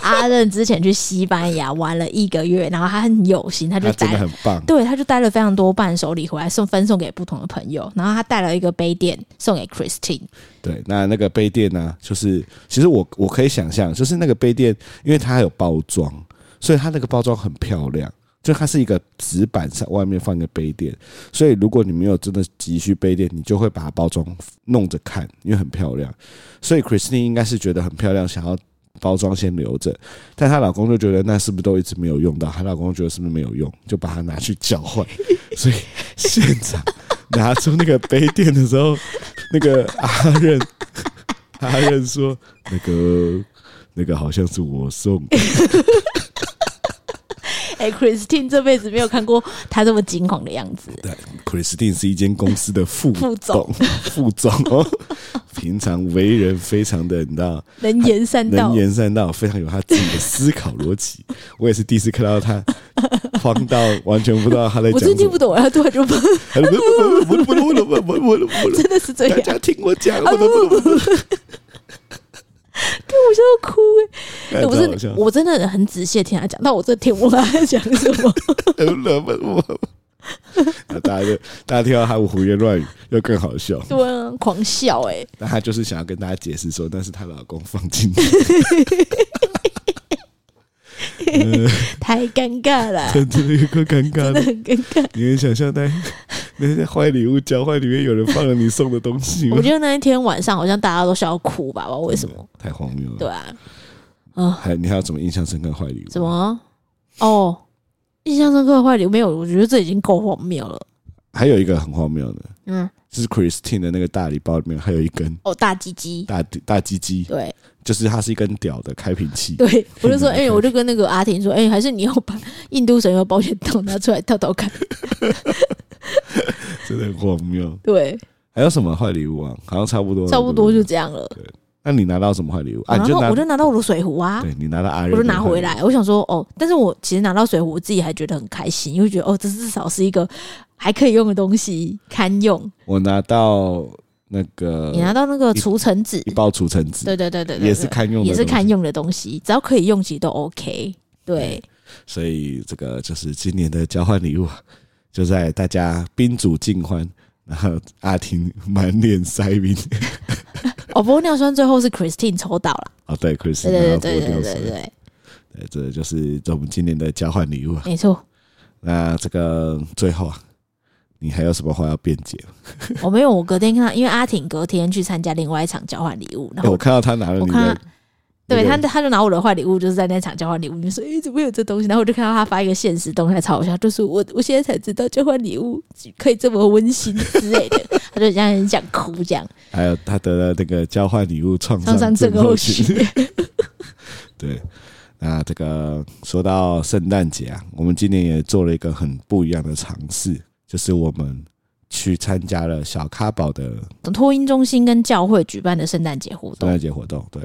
[SPEAKER 2] 阿任之前去西班牙玩了一个月，然后他很有心，他就
[SPEAKER 1] 他真
[SPEAKER 2] 带
[SPEAKER 1] 的
[SPEAKER 2] 了，
[SPEAKER 1] 很棒，
[SPEAKER 2] 对，他就带了非常多伴手礼回来送分送给不同的朋友，然后他带了一个杯垫送给 Christine， [LAUGHS]
[SPEAKER 1] 对，那那个杯垫呢、就是其实我我可以想象，就是那个杯垫，因为它有包装，所以它那个包装很漂亮，就它是一个纸板上外面放一个杯垫，所以如果你没有真的急需杯垫，你就会把它包装弄着看，因为很漂亮。所以 Christine 应该是觉得很漂亮，想要。包装先留着，但她老公就觉得那是不是都一直没有用到？她老公觉得是不是没有用，就把它拿去交换。所以 [LAUGHS] 现场拿出那个杯垫的时候，那个阿
[SPEAKER 2] [LAUGHS]
[SPEAKER 1] 任，阿任说：“那个，那个好像是我
[SPEAKER 2] [LAUGHS]
[SPEAKER 1] 送的。
[SPEAKER 2] 哎、c h r i s t i n e 这辈子没有看过他这么惊恐的样子，
[SPEAKER 1] Christine 是一间公司的副
[SPEAKER 2] 副
[SPEAKER 1] 总
[SPEAKER 2] 总，
[SPEAKER 1] [LAUGHS] 副总哦，平常为人非常的，你知道，
[SPEAKER 2] 能言善道
[SPEAKER 1] 能。言善道，非常有他自己的思考逻辑。我也是第一次看到他慌到完全不知道他在
[SPEAKER 2] 我
[SPEAKER 1] 讲
[SPEAKER 2] 真
[SPEAKER 1] 什
[SPEAKER 2] 听
[SPEAKER 1] 么 [LAUGHS]
[SPEAKER 2] 不。 [LAUGHS] 懂，然后突然就真的是这样
[SPEAKER 1] 大，家听我
[SPEAKER 2] [LAUGHS]
[SPEAKER 1] 讲， [LAUGHS] 我都不懂。
[SPEAKER 2] 我现在要哭哎、欸！我
[SPEAKER 1] 好
[SPEAKER 2] 真
[SPEAKER 1] 笑
[SPEAKER 2] 的我真的很仔细地听他讲，但我真的听不懂他在讲什么。
[SPEAKER 1] 冷门我。那大家就大家听到他胡言乱语，又更好笑。
[SPEAKER 2] [LAUGHS] 对啊，狂笑哎、
[SPEAKER 1] 那她就是想要跟大家解释说，那是她老公放进去，
[SPEAKER 2] 太尴尬了，
[SPEAKER 1] 真的有够尴尬
[SPEAKER 2] 真的
[SPEAKER 1] 的。
[SPEAKER 2] [LAUGHS] 很尴尬。
[SPEAKER 1] 你能想象那那些坏礼物交换里面有人放了你嗯送的东西吗
[SPEAKER 2] 我？觉得那一天晚上好像大家都笑哭吧，不知道为什么。
[SPEAKER 1] 太荒谬了。
[SPEAKER 2] 对啊，
[SPEAKER 1] 还你还有什么印象深刻的坏礼物？
[SPEAKER 2] 怎么？哦，印象深刻的坏礼物没有，我觉得这已经够荒谬了。
[SPEAKER 1] 还有一个很荒谬的，
[SPEAKER 2] 嗯，
[SPEAKER 1] 就是 Christine 的那个大礼包里面还有一根
[SPEAKER 2] 哦，大鸡鸡，
[SPEAKER 1] 大大鸡鸡，
[SPEAKER 2] 对
[SPEAKER 1] 就是它是一根屌的开瓶器。
[SPEAKER 2] 对，我
[SPEAKER 1] [LAUGHS]
[SPEAKER 2] 就说，
[SPEAKER 1] 嗯
[SPEAKER 2] 哎、我就跟那个阿婷说，哎、还是你要把印度神油保险套拿出来套套
[SPEAKER 1] [LAUGHS]
[SPEAKER 2] 看。
[SPEAKER 1] 真的很荒谬。
[SPEAKER 2] 对，
[SPEAKER 1] 还有什么坏礼物啊？好像差不多了，
[SPEAKER 2] 差不多
[SPEAKER 1] 对
[SPEAKER 2] 就
[SPEAKER 1] 对
[SPEAKER 2] 这样了。
[SPEAKER 1] 那你拿到什么坏礼物啊？
[SPEAKER 2] 然
[SPEAKER 1] 你就
[SPEAKER 2] 后
[SPEAKER 1] 拿
[SPEAKER 2] 我就拿到我的水壶啊，
[SPEAKER 1] 对你拿到阿瑞，
[SPEAKER 2] 我就拿回。来。我想说，哦，但是我其实拿到水壶，我自己还觉得很开心，因为觉得哦，这至少是一个还可以用的东西，堪用。
[SPEAKER 1] 我拿到那个
[SPEAKER 2] 你拿到那个除尘纸，
[SPEAKER 1] 一包除尘纸，
[SPEAKER 2] 对对对对对，
[SPEAKER 1] 呃也是堪用的，
[SPEAKER 2] 也是堪。用的东西，只要可以用其实都 OK。对，
[SPEAKER 1] 所以这个就是今年的交换礼物啊， [LAUGHS] 就在大家宾主尽欢，然后阿婷满脸塞宾。
[SPEAKER 2] 哦，玻尿酸最后是 Christine 抽到了，
[SPEAKER 1] [LAUGHS] 哦，对，Chris
[SPEAKER 2] 对
[SPEAKER 1] 拿
[SPEAKER 2] 对
[SPEAKER 1] 到
[SPEAKER 2] 对
[SPEAKER 1] 玻
[SPEAKER 2] 对对
[SPEAKER 1] 尿
[SPEAKER 2] 对
[SPEAKER 1] 酸，
[SPEAKER 2] 对对，
[SPEAKER 1] 对，这就是我们今年的交换礼物啊。
[SPEAKER 2] 没错，
[SPEAKER 1] 那这个最后啊，你还有什么话要辩解吗？
[SPEAKER 2] 我没有，我隔天看到，因为阿婷隔天去参加另外一场交换礼物，然
[SPEAKER 1] 哎
[SPEAKER 2] 后
[SPEAKER 1] 我看到他拿了
[SPEAKER 2] 我
[SPEAKER 1] 你
[SPEAKER 2] 看
[SPEAKER 1] 的
[SPEAKER 2] 到，对
[SPEAKER 1] 那
[SPEAKER 2] 他，
[SPEAKER 1] 个
[SPEAKER 2] 他就拿我的坏礼物，就是在那场交换礼物里面说：“诶，怎么有这东西？”然后我就看到他发一个现实动态，超好笑，就是我我现在才知道交换礼物可以这么温馨之类
[SPEAKER 1] [LAUGHS]
[SPEAKER 2] 的，他就这样很想哭，这样
[SPEAKER 1] 还有他得了那个交换礼物创
[SPEAKER 2] 创伤
[SPEAKER 1] 症
[SPEAKER 2] 症
[SPEAKER 1] 候
[SPEAKER 2] 候
[SPEAKER 1] 群。 [LAUGHS]
[SPEAKER 2] 群。
[SPEAKER 1] 对，那这个说到圣诞节啊，我们今年也做了一个很不一样的尝试，就是我们去参加了小咖宝的
[SPEAKER 2] 托婴中心跟教会举办的圣诞节活
[SPEAKER 1] 圣
[SPEAKER 2] 动
[SPEAKER 1] 诞，节活动。对，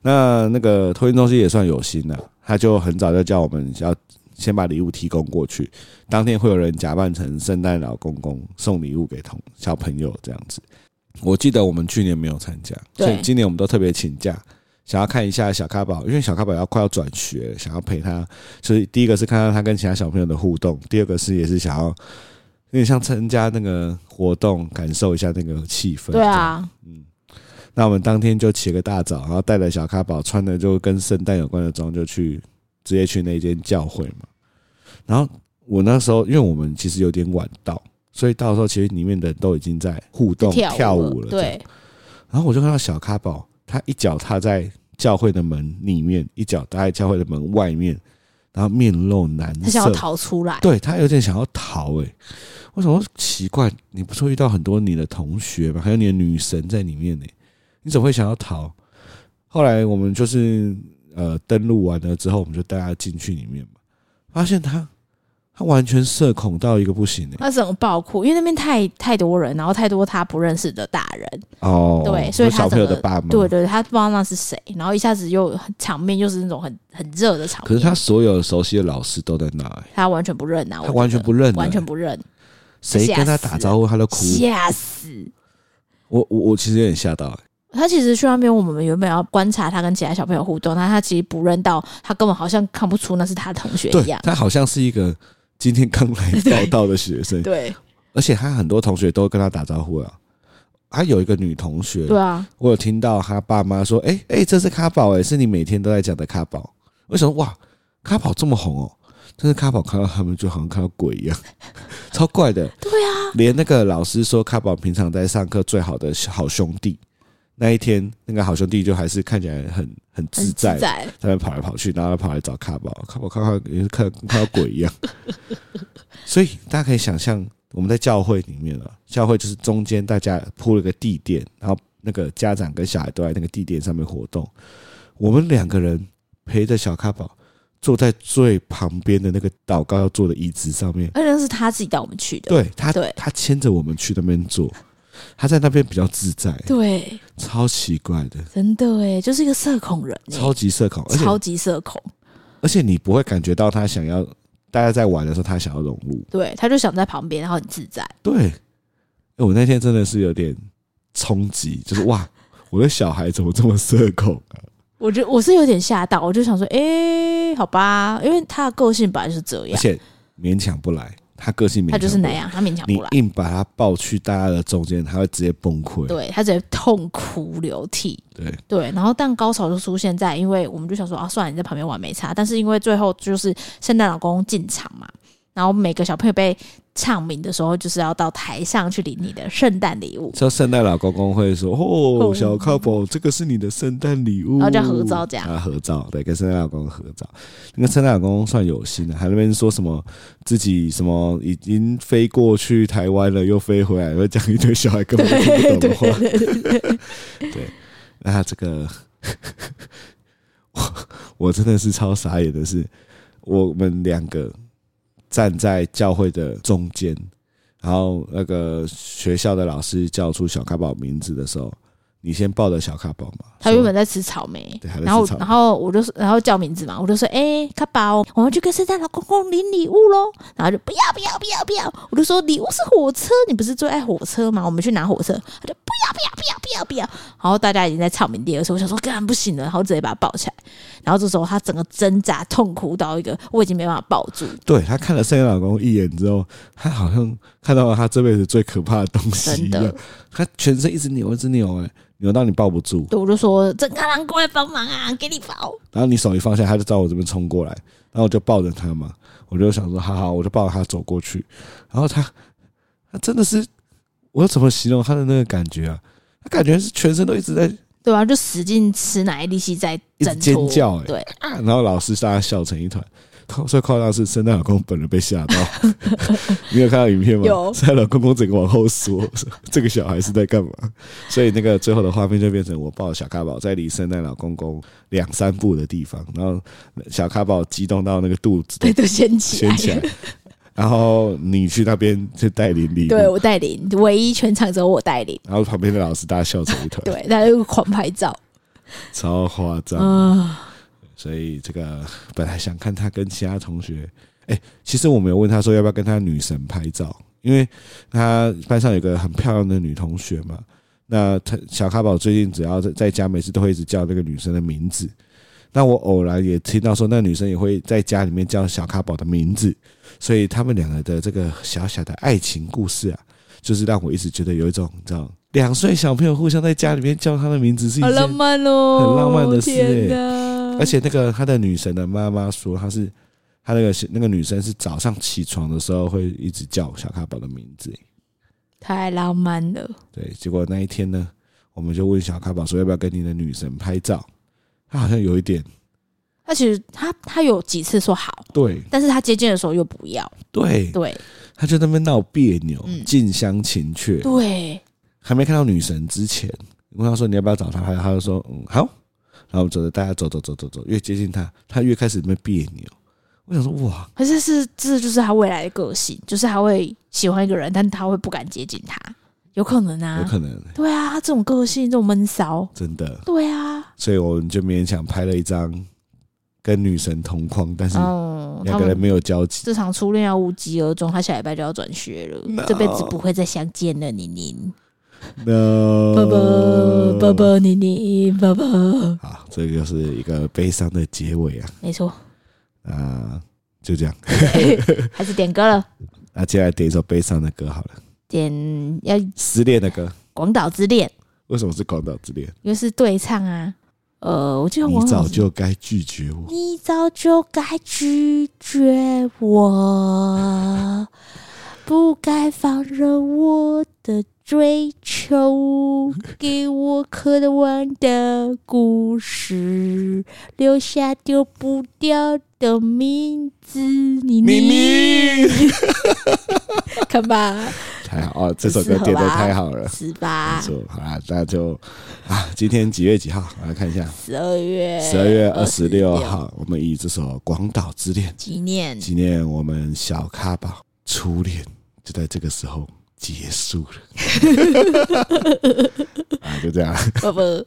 [SPEAKER 1] 那那个托运中心也算有心了、啊他就很早就叫我们要先把礼物提供过去，当天会有人假扮成圣诞老公公送礼物给同小朋友这样子。我记得我们去年没有参加，
[SPEAKER 2] 对
[SPEAKER 1] 所以今年我们都特别请假，想要看一下小咖宝，因为小咖宝要快要转学，想要陪他。所以第一个是看到他跟其他小朋友的互动，第二个是也是想要有点像参加那个活动，感受一下那个气氛。
[SPEAKER 2] 对，啊，
[SPEAKER 1] 嗯，那我们当天就起个大早，然后带了小咖宝，穿的就跟圣诞有关的装，就去直接去那间教会嘛。然后我那时候，因为我们其实有点晚到，所以到时候其实里面的人都已经在互动
[SPEAKER 2] 跳
[SPEAKER 1] 跳
[SPEAKER 2] 舞
[SPEAKER 1] 舞
[SPEAKER 2] 了，
[SPEAKER 1] 这样
[SPEAKER 2] 对，
[SPEAKER 1] 然后我就看到小咖宝，他一脚踏在教会的门里面，一脚踏在教会的门外面，然后面露难
[SPEAKER 2] 他想要
[SPEAKER 1] 色，
[SPEAKER 2] 逃出来，
[SPEAKER 1] 对他有点想要逃、欸。哎，我想说奇怪，你不是会遇到很多你的同学吧，还有你的女神在里面呢、欸你怎么会想要逃？后来我们就是呃登录完了之后，我们就带他进去里面嘛，发现他他完全社恐到一个不行、欸、
[SPEAKER 2] 他整个爆哭，因为那边太太多人，然后太多他不认识的大人，
[SPEAKER 1] 哦，
[SPEAKER 2] 对所以
[SPEAKER 1] 就
[SPEAKER 2] 他
[SPEAKER 1] 小朋友
[SPEAKER 2] 整
[SPEAKER 1] 的
[SPEAKER 2] 个
[SPEAKER 1] 爸妈，
[SPEAKER 2] 对对，他不知道那是谁，然后一下子又很场面又是那种很很热的场面，
[SPEAKER 1] 可是他所有熟悉的老师都在那、欸，
[SPEAKER 2] 他完全不认啊，我
[SPEAKER 1] 他
[SPEAKER 2] 觉
[SPEAKER 1] 完全
[SPEAKER 2] 得
[SPEAKER 1] 不认、欸，
[SPEAKER 2] 完全不认，
[SPEAKER 1] 谁跟他打招呼他都哭。
[SPEAKER 2] 吓死！
[SPEAKER 1] 我我我其实有点吓到、欸，
[SPEAKER 2] 他其实去那边，我们原本要观察他跟其他小朋友互动，但他其实不认到，他根本好像看不出那是他同学
[SPEAKER 1] 对
[SPEAKER 2] 一样。
[SPEAKER 1] 他好像是一个今天刚来报道的学生，
[SPEAKER 2] 对
[SPEAKER 1] 而且他很多同学都跟他打招呼啊。他有一个女同学，
[SPEAKER 2] 对啊，
[SPEAKER 1] 我有听到他爸妈说：“哎、哎、这是卡宝哎、是你每天都在讲的卡宝。”为什么哇，卡宝这么红哦？但是卡宝看到他们就好像看到鬼一样， [LAUGHS] 超怪的。
[SPEAKER 2] 对啊，
[SPEAKER 1] 连那个老师说，卡宝平常在上课最好的好兄弟，那一天那个好兄弟就还是看起来很很
[SPEAKER 2] 很
[SPEAKER 1] 自在，
[SPEAKER 2] 在。
[SPEAKER 1] 在那跑来跑去，然后他跑来找卡宝，卡宝看看也是看看到鬼一样。所以大家可以想象，我们在教会里面啊，教会就是中间大家铺了个地垫，然后那个家长跟小孩都在那个地垫上面活动。我们两个人陪着小卡宝坐在最旁边的那个祷告要坐的椅子上面，
[SPEAKER 2] 而且那是他自己带我们去的。
[SPEAKER 1] 对他，
[SPEAKER 2] 对
[SPEAKER 1] 他牵着我们去那边坐，他在那边比较自在，
[SPEAKER 2] 对，
[SPEAKER 1] 超奇怪的，
[SPEAKER 2] 真的哎，就是一个社恐人欸，
[SPEAKER 1] 超级社恐，而且
[SPEAKER 2] 超级社恐。
[SPEAKER 1] 而且你不会感觉到他想要大家在玩的时候，他想要融入。
[SPEAKER 2] 对，他就想在旁边，然后很自在。
[SPEAKER 1] 对，哎我那天真的是有点冲击，就是哇，我的小孩怎么这么社恐啊？
[SPEAKER 2] 我觉我是有点吓到，我就想说，哎、好吧，因为他的个性本来就是这
[SPEAKER 1] 而
[SPEAKER 2] 样，
[SPEAKER 1] 且勉强不来，他个性勉强
[SPEAKER 2] 他就是
[SPEAKER 1] 不来
[SPEAKER 2] 那。样，他勉强
[SPEAKER 1] 你
[SPEAKER 2] 不来。
[SPEAKER 1] 硬把他抱去大家的中间，他会直接崩溃。
[SPEAKER 2] 对他直接痛哭流涕，
[SPEAKER 1] 对
[SPEAKER 2] 对，然后但高潮就出现在，因为我们就想说啊，算了，你在旁边玩没差，但是因为最后就是圣诞老公进场嘛，然后每个小朋友被唱名的时候，就是要到台上去领你的圣诞礼物，
[SPEAKER 1] 之后圣诞老公公会说：“哦，
[SPEAKER 2] 哦
[SPEAKER 1] 小靠宝，这个是你的圣诞礼物。”
[SPEAKER 2] 然后就合照这样
[SPEAKER 1] 啊，合照，对，跟圣诞老公公合照。那个圣诞老公公算有心的、还在那边说什么自己什么已经飞过去台湾了，又飞回来了，讲一堆小孩根本就听不懂的话。
[SPEAKER 2] 对对对对，
[SPEAKER 1] 那他这个，我我真的是超傻眼的是，我们两个站在教会的中间，然后那个学校的老师叫出小卡宝名字的时候，你先抱着小卡宝嘛，
[SPEAKER 2] 他原
[SPEAKER 1] 说
[SPEAKER 2] 本在吃草莓
[SPEAKER 1] 对还在，吃
[SPEAKER 2] 然后
[SPEAKER 1] 草莓
[SPEAKER 2] 然后我就然后叫名字嘛，我就说，哎、卡宝，我们去跟圣诞老公公领礼物喽。然后就不要不要不要不要，我就说礼物是火车，你不是最爱火车吗？我们去拿火车，他就不要不要不要不要不要。然后大家已经在唱名第二次，我想说根本不行了，然后直接把他抱起来。然后这时候他整个挣扎痛苦到一个我已经没办法抱住，
[SPEAKER 1] 对他看了圣诞老公一眼之后，他好像看到了他这辈子最可怕的东西
[SPEAKER 2] 真
[SPEAKER 1] 一
[SPEAKER 2] 的
[SPEAKER 1] 样，，他全身一直扭，一直扭、哎，扭到你抱不住，
[SPEAKER 2] 对，我就说整个狼过来帮忙啊，给你抱。
[SPEAKER 1] 然后你手一放下，他就朝我这边冲过来，然后我就抱着他嘛，我就想说，好好，我就抱着他走过去，然后他，他真的是，我怎么形容他的那个感觉啊？他感觉是全身都一直在
[SPEAKER 2] 对啊，就使劲吃奶力气在
[SPEAKER 1] 一直
[SPEAKER 2] 挣
[SPEAKER 1] 尖
[SPEAKER 2] 脱，
[SPEAKER 1] 叫欸
[SPEAKER 2] 对，
[SPEAKER 1] 啊，然后老师大家笑成一团。靠最夸张的是圣诞老公本人被吓到， [LAUGHS] 你有看到影片吗？
[SPEAKER 2] 有
[SPEAKER 1] 圣诞老公公整个往后缩， [LAUGHS] 这个小孩是在干嘛？所以那个最后的画面就变成我抱着小咖宝在离圣诞老公公两三步的地方，然后小咖宝激动到那个肚子都
[SPEAKER 2] 对，都掀起
[SPEAKER 1] 掀
[SPEAKER 2] 来，
[SPEAKER 1] 起来，
[SPEAKER 2] [LAUGHS]
[SPEAKER 1] 然后你去那边去带领礼物，
[SPEAKER 2] 对我带领，唯一全场只有我带领，
[SPEAKER 1] 然后旁边的老师大家笑成一团，
[SPEAKER 2] 对，大家就狂拍照，
[SPEAKER 1] 超夸张。
[SPEAKER 2] 啊，
[SPEAKER 1] 所以这个 [LAUGHS] 本来想看他跟其他同学，哎、其实我没有问他说要不要跟他女神拍照，因为他班上有个很漂亮的女同学嘛。那他小咖宝最近只要在在家，每次都会一直叫那个女生的名字。那我偶然也听到说，那女生也会在家里面叫小咖宝的名字，所以他们两个的这个小小的爱情故事啊，就是让我一直觉得有一种你知道，两岁小朋友互相在家里面叫他的名字是一
[SPEAKER 2] 好
[SPEAKER 1] 件
[SPEAKER 2] 浪漫哦，
[SPEAKER 1] 很浪漫的事
[SPEAKER 2] 天
[SPEAKER 1] 欸
[SPEAKER 2] 哪
[SPEAKER 1] 而且那个他的女神的妈妈说，她是她那个那个女生是早上起床的时候会一直叫小咖宝的名字。
[SPEAKER 2] 太浪漫了，
[SPEAKER 1] 对，结果那一天呢，我们就问小咖宝说要不要跟你的女神拍照，他好像有一点，
[SPEAKER 2] 那其实他他有几次说好，
[SPEAKER 1] 对
[SPEAKER 2] 但是他接见的时候又不要，
[SPEAKER 1] 对，
[SPEAKER 2] 对
[SPEAKER 1] 他就在那边闹别扭
[SPEAKER 2] 嗯，
[SPEAKER 1] 近乡情怯。
[SPEAKER 2] 对，
[SPEAKER 1] 还没看到女神之前，我问他说你要不要找她，他他就说嗯好，然后我们走着，大家走走走走走，越接近她，她越开始那边别扭。我想说哇，
[SPEAKER 2] 可是是这就是他未来的个性，就是他会喜欢一个人，但他会不敢接近他，有可能啊，
[SPEAKER 1] 有可能
[SPEAKER 2] 对啊，他这种个性，这种闷骚，
[SPEAKER 1] 真的，
[SPEAKER 2] 对啊，
[SPEAKER 1] 所以我们就勉强拍了一张跟女神同框，但是
[SPEAKER 2] 嗯，他
[SPEAKER 1] 两个人
[SPEAKER 2] 们
[SPEAKER 1] 没有交集。
[SPEAKER 2] 这场初恋要无疾而终，他下礼拜就要转学了
[SPEAKER 1] No
[SPEAKER 2] 这辈子不会再相见了，宁宁，
[SPEAKER 1] No，
[SPEAKER 2] 啵
[SPEAKER 1] 呃
[SPEAKER 2] 啵啵啵，宁宁，啵啵，
[SPEAKER 1] 好，这个就是一个悲伤的结尾啊
[SPEAKER 2] 没错，
[SPEAKER 1] 啊、就这样。 [LAUGHS]
[SPEAKER 2] 还是点歌了，
[SPEAKER 1] 那接下来点一首悲伤的歌好了，
[SPEAKER 2] 点要《
[SPEAKER 1] 失恋的歌。
[SPEAKER 2] 广岛之恋》，
[SPEAKER 1] 为什么是广岛之恋？
[SPEAKER 2] 因为是对唱啊，呃，我记得
[SPEAKER 1] 你
[SPEAKER 2] 王
[SPEAKER 1] 早
[SPEAKER 2] 老师
[SPEAKER 1] 就该拒绝我。
[SPEAKER 2] 你早就该拒绝我，不该放任我的追求，给我渴望的故事，留下丢不掉的名字。你
[SPEAKER 1] 咪咪，
[SPEAKER 2] 看吧，
[SPEAKER 1] [LAUGHS] 太好哦，这首歌点的太好了。
[SPEAKER 2] 是啊
[SPEAKER 1] 没
[SPEAKER 2] 吧？
[SPEAKER 1] 错，好啦，那就啊，今天几月几号？我来看一下，
[SPEAKER 2] 十二月，
[SPEAKER 1] 十二月二十六，号，我们以这首《广岛之恋
[SPEAKER 2] 纪念》
[SPEAKER 1] 纪念我们小咖宝初恋，就在这个时候结束了。啊，就这样。
[SPEAKER 2] 不不。